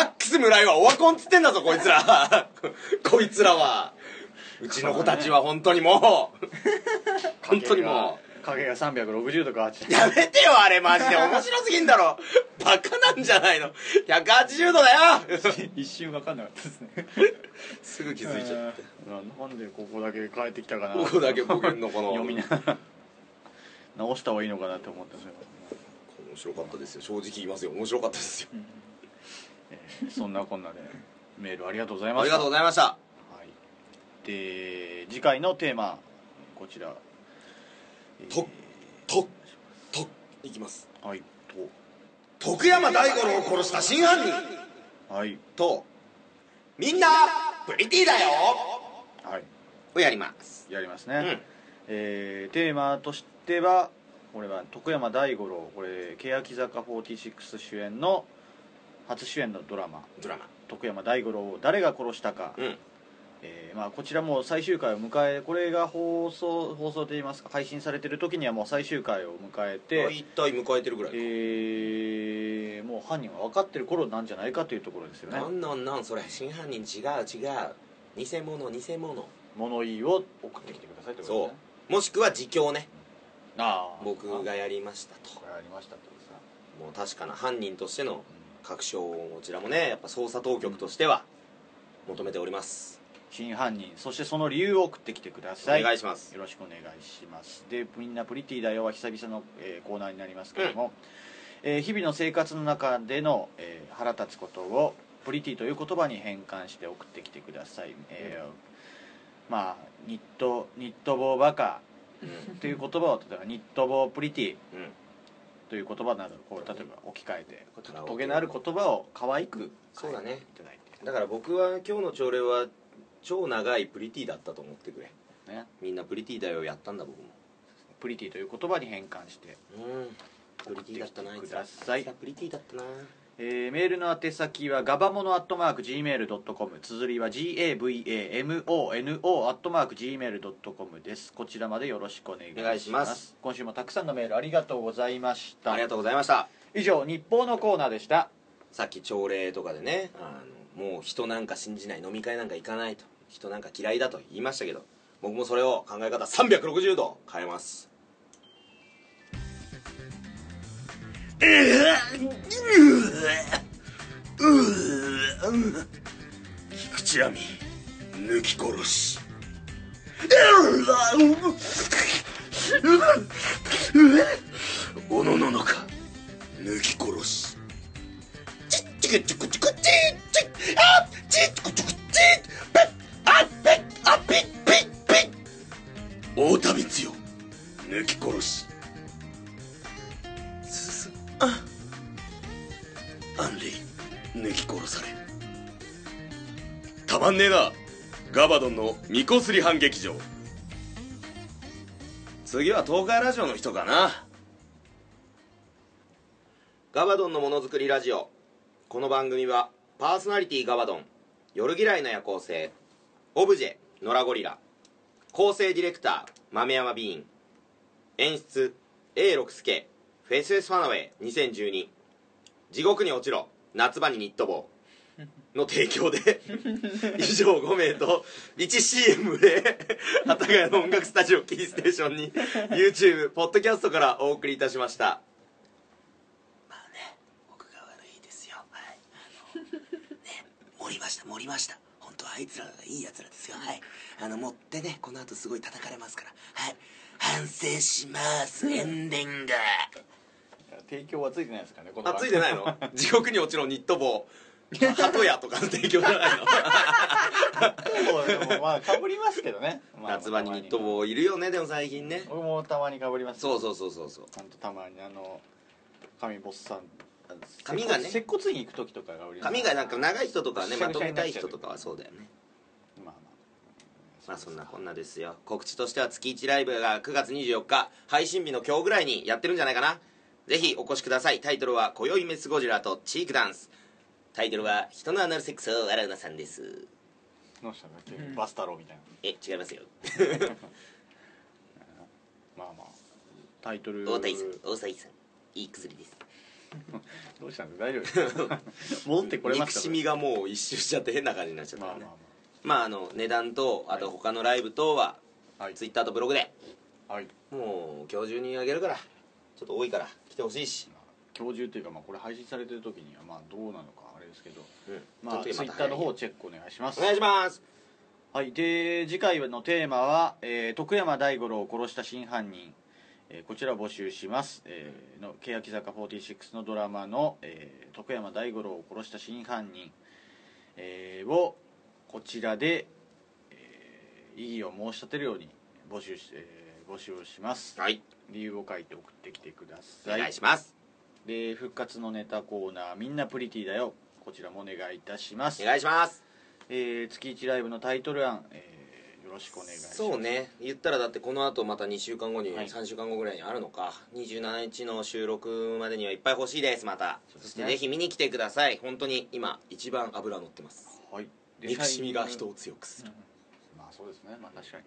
Speaker 2: ックス村井はオワコンっつってんだぞこいつら こいつらはうちの子たちは本当にもう 本当にもう
Speaker 3: 影が360度変わっちゃう
Speaker 2: やめてよあれマジで面白すぎんだろバカなんじゃないの180度だよ
Speaker 3: 一瞬分かんなかったですね
Speaker 2: すぐ気づいちゃって
Speaker 3: なんでここだけ変えてきたかな
Speaker 2: ここだけボケんのかな
Speaker 3: 読みながら直した方がいいのかなって思ったんですよ
Speaker 2: 面白かったですよ正直言いますよ面白かったですよ
Speaker 3: そんなこんなでメールありがとうございま
Speaker 2: あ
Speaker 3: す
Speaker 2: りがとうございました
Speaker 3: はい、で次回のテーマこちら
Speaker 2: ととといきます
Speaker 3: はい
Speaker 2: 徳山大五郎を殺した真犯人
Speaker 3: とはい
Speaker 2: とみんなプリティだよ
Speaker 3: はい
Speaker 2: をやります
Speaker 3: やります
Speaker 2: う
Speaker 3: ね、えーテーマとしてはこれは徳山大五郎これ欅坂46主演の初主演のドラマ
Speaker 2: ドラマ
Speaker 3: 徳山大五郎を誰が殺したか、
Speaker 2: うん
Speaker 3: えーまあ、こちらもう最終回を迎えこれが放送放送といいますか配信されてる時にはもう最終回を迎えて、
Speaker 2: 大体迎えてるぐらいか、
Speaker 3: えーもう犯人は分かってる頃なんじゃないかというところですよね
Speaker 2: なんなんなんそれ真犯人違う違う偽物偽物
Speaker 3: 物言いを送ってきてくださいってことです
Speaker 2: そ
Speaker 3: ね
Speaker 2: うもしくは自供ね
Speaker 3: ああ
Speaker 2: 僕
Speaker 3: あ
Speaker 2: がやりましたと
Speaker 3: これありましたってことですね
Speaker 2: もう確かな犯人としての確証をこちらもねやっぱ捜査当局としては求めております
Speaker 3: 真犯人そしてその理由を送ってきてくだ
Speaker 2: お
Speaker 3: さい
Speaker 2: 願いします
Speaker 3: よろしくお願いしますで「みんなプリティだよ」は久々の、えーコーナーになりますけども、えー日々の生活の中での、えー腹立つことをプリティという言葉に変換して送ってきてください、えーまあニットニット帽バカ
Speaker 2: うん
Speaker 3: という言葉を例えばニット帽プリティ
Speaker 2: うん
Speaker 3: という言葉などこう例えば置き換えて
Speaker 2: カラオケ
Speaker 3: トゲのある言葉を可愛く
Speaker 2: そうだね
Speaker 3: 書いていただい
Speaker 2: だから僕は今日の朝礼は超長いプリティだったと思ってくれ
Speaker 3: てね
Speaker 2: みんなプリティだよやったんだ僕も
Speaker 3: プリティという言葉に変換して
Speaker 2: うんプリティだったなあいつら
Speaker 3: 送ってきてくださ
Speaker 2: あ
Speaker 3: い
Speaker 2: いつらプリティだったな
Speaker 3: えーメールの宛先はガバモノアットマーク Gmail.com 綴りは GAVAMONO アットマーク Gmail.com ですこちらまでよろしくお願いし
Speaker 2: お
Speaker 3: ま
Speaker 2: 願い
Speaker 3: す
Speaker 2: します
Speaker 3: 今週もたくさんのメールありがとうございました
Speaker 2: ありがとうございました
Speaker 3: 以上日報のコーナーでした
Speaker 2: さっき朝礼とかでねあのもう人なんか信じない飲み会なんか行かないと人なんか嫌いだと言いましたけど僕もそれを考え方360度変えます菊池亜美抜き殺しおのののか抜き殺しチクチクチクチチあチクチクチペッあペッあピッピッピッ大田光よ抜き殺しすすあアンリ抜き殺されたまんねえなガバドンのミコスリ反劇場次は東海ラジオの人かなガバドンのものづくりラジオこの番組はパーソナリティガバドン夜嫌いの夜行性オブジェノラゴリラ構成ディレクター豆山ビーン演出 A6 助フェスフェスファナウェイ2012地獄に落ちろ夏場にニット帽の提供で以上5名と 1CM で幡ヶ谷の音楽スタジオキーステーションに YouTube ポッドキャストからお送りいたしましたまあね僕が悪いですよはいあのね盛りました盛りました本当はあいつらがいいやつらですよはいあの持ってねこの後すごい叩かれますからはい反省しますエンディング
Speaker 3: 提供はついてないですかねこ
Speaker 2: あついて ないの地獄に落ちろニット帽鳩屋とかの提供 じゃないの
Speaker 3: まあかぶりますけどね、まあ
Speaker 2: 夏場にニット帽いるよねでも最近ね
Speaker 3: 僕もたまにかぶります
Speaker 2: そうそうそうそうそう
Speaker 3: ちゃんとたまにあの神ボスさん
Speaker 2: 髪がね
Speaker 3: 接骨院行く時とかが俺
Speaker 2: 髪がなんか長い人とかはね
Speaker 3: ぐし
Speaker 2: ま
Speaker 3: ゃぐ
Speaker 2: と
Speaker 3: しゃ
Speaker 2: め
Speaker 3: にな
Speaker 2: た
Speaker 3: っ
Speaker 2: い
Speaker 3: ちゃう
Speaker 2: 人とかはそうだよね
Speaker 3: まあ
Speaker 2: まあそんなこんなですよ告知としては月1ライブが9月24日配信日の今日ぐらいにやってるんじゃないかなぜひお越しくださいタイトルは「今宵メスゴジラとチークダンス」タイトルは「人のアナルセックスを笑うなさんです
Speaker 3: どうしたんだっけ、バス太郎みたいな」
Speaker 2: え違いますよ
Speaker 3: まあまあタイトル
Speaker 2: 大谷さん大谷さんいい薬です
Speaker 3: どうしたんだ大丈 夫戻ってこれま
Speaker 2: 憎
Speaker 3: した
Speaker 2: しみがもう一周しちゃって変な感じになっちゃった
Speaker 3: まあ
Speaker 2: か
Speaker 3: ま
Speaker 2: ら
Speaker 3: あ
Speaker 2: ね
Speaker 3: ま
Speaker 2: まああの値段とあと他のライブ等は
Speaker 3: あはい
Speaker 2: ツイッターとブログで
Speaker 3: はい
Speaker 2: もう今日中にあげるからちょっと多いから来てほしいし
Speaker 3: 今日中というかまあこれ配信されてる時にはまあどうなのかあれですけど
Speaker 2: うん
Speaker 3: まあツイ
Speaker 2: ちょっと今
Speaker 3: ッターの方をチェックお願いします
Speaker 2: お願いします
Speaker 3: はいで次回のテーマは、えー徳山大五郎を殺した真犯人」えーこちらを募集します、えー、の欅坂46のドラマの、えー徳山大五郎を殺した真犯人」えーをこちらで、えー異議を申し立てるように募集して、えー募集をします
Speaker 2: はい
Speaker 3: 理由を書いて送ってきてくだ
Speaker 2: お
Speaker 3: さい
Speaker 2: 願いします
Speaker 3: で復活のネタコーナー「みんなプリティだよ」こちらもお願いいたします
Speaker 2: お、願いします
Speaker 3: えー月1ライブのタイトル案、えーよろしくお願いします
Speaker 2: そうね言ったらだってこの後また2週間後に、
Speaker 3: はい
Speaker 2: 3週間後ぐらいにあるのか27日の収録までにはいっぱい欲しいですまたそ,、してぜひ見に来てください本当に今一番脂乗ってます
Speaker 3: はいで
Speaker 2: 憎しみが人
Speaker 3: 最
Speaker 2: を強くする、
Speaker 3: 後まあそうですねまあ確かに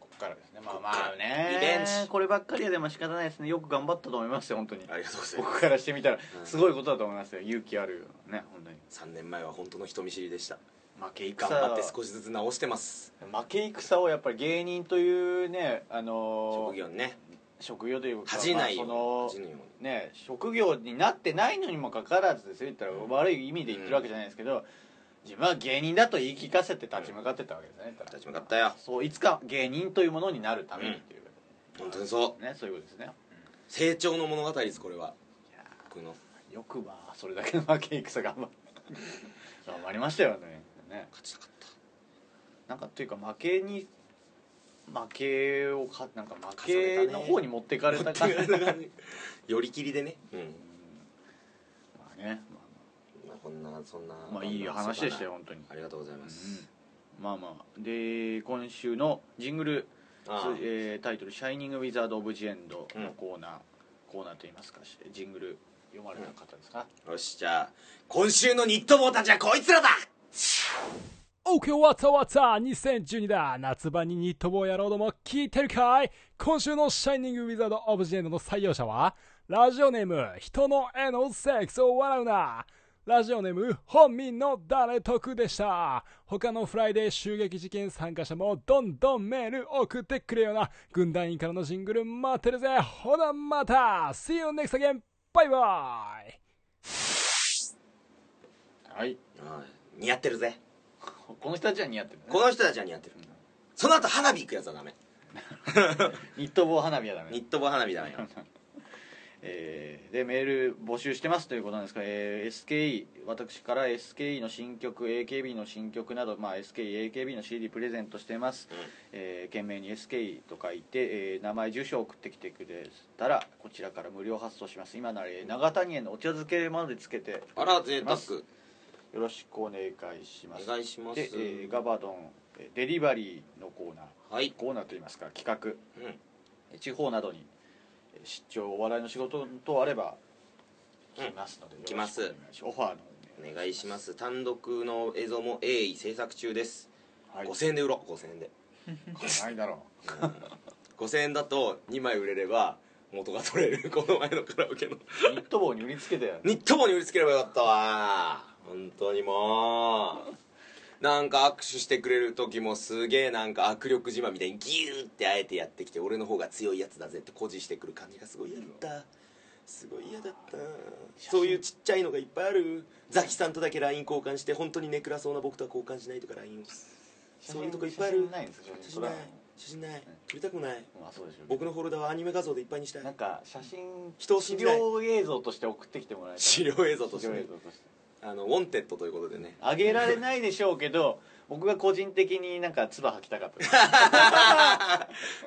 Speaker 3: こっからですねまあ
Speaker 2: こっ
Speaker 3: ま
Speaker 2: から
Speaker 3: あね
Speaker 2: リベンジ
Speaker 3: こればっかりはでも仕方ないですねよく頑張ったと思いますよ本当に
Speaker 2: ありがとうございます
Speaker 3: 僕からしてみたら
Speaker 2: ん
Speaker 3: すごいことだと思いますよ勇気あるよね本当に
Speaker 2: 3年前は本当の人見知りでした
Speaker 3: 負け戦
Speaker 2: 頑張って少しずつ直してます
Speaker 3: 負け戦をやっぱり芸人というねあのー
Speaker 2: 職業にね
Speaker 3: 職業というか
Speaker 2: 恥じないよう
Speaker 3: まあその
Speaker 2: に恥じぬように
Speaker 3: ね、職業になってないのにもかかわらずですよ言ったら悪い意味で言ってるわけじゃないですけど、自分は芸人だと言い聞かせて立ち向かってたわけですね、言ったら
Speaker 2: 立ち向かったよ
Speaker 3: そういつか芸人というものになるためにっていうこ
Speaker 2: 本当にそう
Speaker 3: とね、そういうことですね
Speaker 2: 成長の物語ですこれは僕 の
Speaker 3: よくまあそれだけの負け戦頑張っ 頑張りましたよねね
Speaker 2: 勝ちたかった
Speaker 3: なんかというか負けに負けをかなんか負けの方に持ってかれた感じ、
Speaker 2: 寄り切りでねうん
Speaker 3: まあねま
Speaker 2: まあこんなそんな
Speaker 3: あ、まあいい話でしたよ本当に、
Speaker 2: ありがとうございます、
Speaker 3: うん、まあまあで今週のジングル
Speaker 2: ああ
Speaker 3: えータイトル「シャイニング・ウィザード・オブ・ジ・エンド」のコーナー、コーナーといいますかジングル読まれた方ですか、
Speaker 2: よしじゃあ今週のニット帽たちはこいつらだ
Speaker 7: OK, わたわた2012だ夏場にニット帽野郎ども聞いてるかい今週のシャイニングウィザードオブジェンドの採用者は、ラジオネーム、人の絵のセックスを笑うなラジオネーム、本民の誰得でした。他のフライデー襲撃事件参加者もどんどんメール送ってくれよな。軍団員からのジングル待ってるぜ。ほな、また !See you next again! バイバイ
Speaker 3: はい
Speaker 2: はい似合ってるぜ
Speaker 3: この人たちは似合ってる、ね、
Speaker 2: この人たちは似合ってる、その後花火行くやつはダメ
Speaker 3: ニット帽花火はダメだ
Speaker 2: ニット帽花火ダメよ
Speaker 3: えーでメール募集してますということなんですが、えー SKE 私から SKE の新曲 AKB の新曲など、まあ、SKEAKB の CD プレゼントしてます、えー懸命に SKE と書いて、えー名前住所を送ってきてくれたらこちらから無料発送します今ならえー長谷園のお茶漬けまでつけて
Speaker 2: あら贅沢
Speaker 3: よろしくお願いします
Speaker 2: お願いします
Speaker 3: で、えーガバドンえーデリバリーのコーナー
Speaker 2: はい
Speaker 3: コーナーといいますか企画
Speaker 2: うん
Speaker 3: 地方などにえー出張お笑いの仕事等あれば来ますので、
Speaker 2: 来ます
Speaker 3: よろしくお願いしオファーの
Speaker 2: お願いします単独の映像も鋭意制作中です、
Speaker 3: はい
Speaker 2: 5000円で売ろう5000円で
Speaker 3: ないだろ
Speaker 2: 5000円だと2枚売れれば元が取れるこの前のカラオケの
Speaker 3: うニット帽に売りつけて
Speaker 2: ニット帽に売りつければよかったわ本当にもうなんか握手してくれる時もすげえなんか握力自慢みたいにギューってあえてやってきて俺の方が強いやつだぜって誇示してくる感じがすごい嫌だったすごい嫌だったそういうちっちゃいのがいっぱいあるザキさんとだけ LINE 交換して本当にネクラそうな僕とは交換しないとか LINE をそういうとこいっぱいあ
Speaker 3: 写
Speaker 2: る
Speaker 3: 真ないんですか写
Speaker 2: 写
Speaker 3: 真撮
Speaker 2: 真な
Speaker 3: ら
Speaker 2: い
Speaker 3: ない
Speaker 2: 写真ない撮りたくない
Speaker 3: まあそうでしょうけど
Speaker 2: 僕のフォルダはアニメ画像でいっぱいにしたい
Speaker 3: なんか写真
Speaker 2: 人を信じない
Speaker 3: 資料映像として送ってきてもらえたら
Speaker 2: 資料映像として
Speaker 3: 資料
Speaker 2: ね
Speaker 3: 映像として
Speaker 2: あのウォンテッドということでね
Speaker 3: あげられないでしょうけど僕が個人的になんか唾吐きたかったです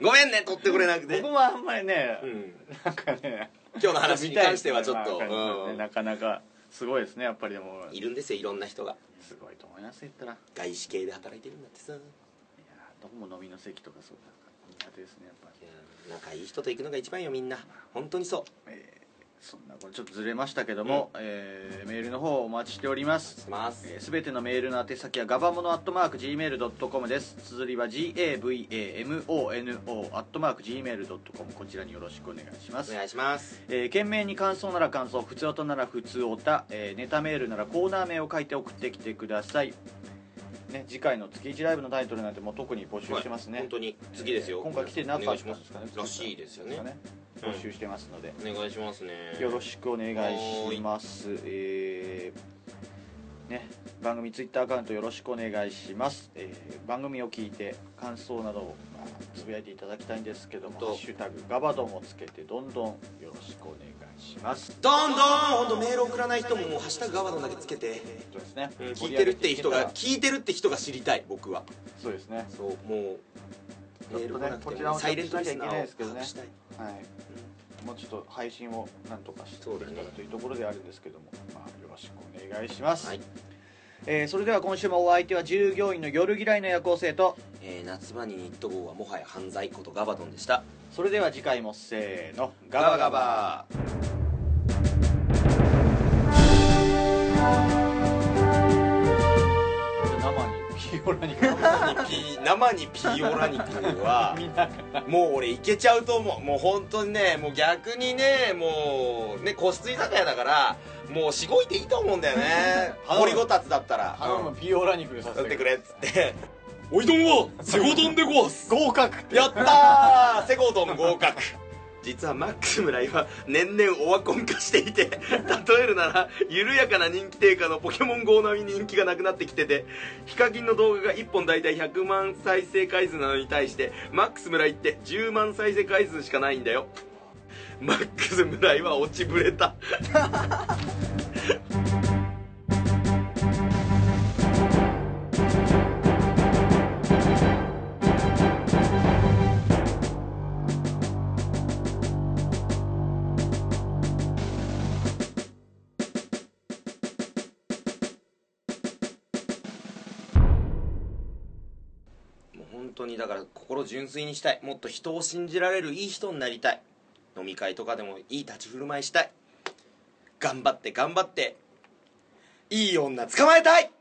Speaker 2: ごめん ね撮ってくれなくて
Speaker 3: 僕もあんまりね、
Speaker 2: うん
Speaker 3: なんかね
Speaker 2: 今日の話に関してはちょっと、
Speaker 3: 見たいですねまあわかりますね
Speaker 2: うん
Speaker 3: なかなかすごいですねやっぱりでも
Speaker 2: いるんですよいろんな人が
Speaker 3: すごいと思います言ったらい
Speaker 2: 外資系で働いてるんだってさいや
Speaker 3: やーどこも飲みの席とかそうだから苦手ですねやっぱり
Speaker 2: 仲いい人と行くのが一番よみんな本当にそう
Speaker 3: そんなこれちょっとずれましたけども、えーメールの方お待ちしております
Speaker 2: してます
Speaker 3: えーすべてのメールの宛先はガバモノアットマーク Gmail.com です綴りは GAVAMONO アットマーク Gmail.com こちらによろしくお願いします
Speaker 2: お願いします
Speaker 3: えー懸命に感想なら感想普通音なら普通おた、えーネタメールならコーナー名を書いて送ってきてください、ね、次回の月1ライブのタイトルなんてもう特に募集してます
Speaker 2: は
Speaker 3: ね、
Speaker 2: い本当に次ですよ、
Speaker 3: 今回来てなかったんですかね
Speaker 2: お願いしますらしいですよねうん
Speaker 3: 募集してますので、
Speaker 2: お願いしますね
Speaker 3: よろしくお願いしますえーね、番組ツイッターアカウントよろしくお願いします、えー番組を聞いて感想などを、まあ、つぶやいていただきたいんですけども「ハ
Speaker 2: どう
Speaker 3: ッシュタグガバドン」をつけてどんどんよろしくお願いします
Speaker 2: どんどん本当メール送らない人ももう「ハッシュタグガバドン」だけつけて、
Speaker 3: そうですね、
Speaker 2: うん聞いてるって人が
Speaker 3: 盛り上げいけたら
Speaker 2: 聞いてるって人が知りたい僕は
Speaker 3: そうですね
Speaker 2: そうもう
Speaker 3: ちょっとねこちらも
Speaker 8: サイレントリスナ
Speaker 3: しなきゃいけな
Speaker 8: ー
Speaker 3: いですけど
Speaker 8: を
Speaker 3: ね
Speaker 8: 把握したい
Speaker 3: はい、もうちょっと配信をなんとかしてい
Speaker 2: そう
Speaker 3: き
Speaker 2: だ
Speaker 3: た
Speaker 2: ね
Speaker 3: いというところであるんですけども、まあ、よろしくお願いします、
Speaker 2: はい
Speaker 3: えーそれでは今週もお相手は従業員の夜嫌いの夜行性と
Speaker 2: えー夏場にニット帽はもはや犯罪ことガバドンでした
Speaker 3: それでは次回もせーのガ
Speaker 2: ガ
Speaker 3: バ
Speaker 2: バ
Speaker 3: ガ
Speaker 2: ガ
Speaker 3: バ
Speaker 2: バ
Speaker 3: 生にピオラに 変わる
Speaker 2: ピ生にピオラ肉はもう俺いけちゃうと思うもう本当にねもう逆にねもうね個室居酒屋だからもうしごいていいと思うんだよね
Speaker 3: 頼
Speaker 2: 掘
Speaker 3: む
Speaker 2: りごたつだったら
Speaker 3: 頼むピオラ肉にさ
Speaker 2: や
Speaker 3: せ
Speaker 2: って
Speaker 3: て
Speaker 2: く
Speaker 3: く
Speaker 2: れっつって「おいどんはセゴドンでごわす
Speaker 3: 合格
Speaker 2: やったーセゴドン合格」実はマックス村井は年々オワコン化していて例えるなら緩やかな人気低下のポケモン GO 並みに人気がなくなってきててヒカキンの動画が1本大体100万再生回数なのに対してマックス村井って10万再生回数しかないんだよマックス村井は落ちぶれたもう本当にだから心純粋にしたいもっと人を信じられるいい人になりたい飲み会とかでもいい立ち振る舞いしたい頑張って頑張っていい女捕まえたい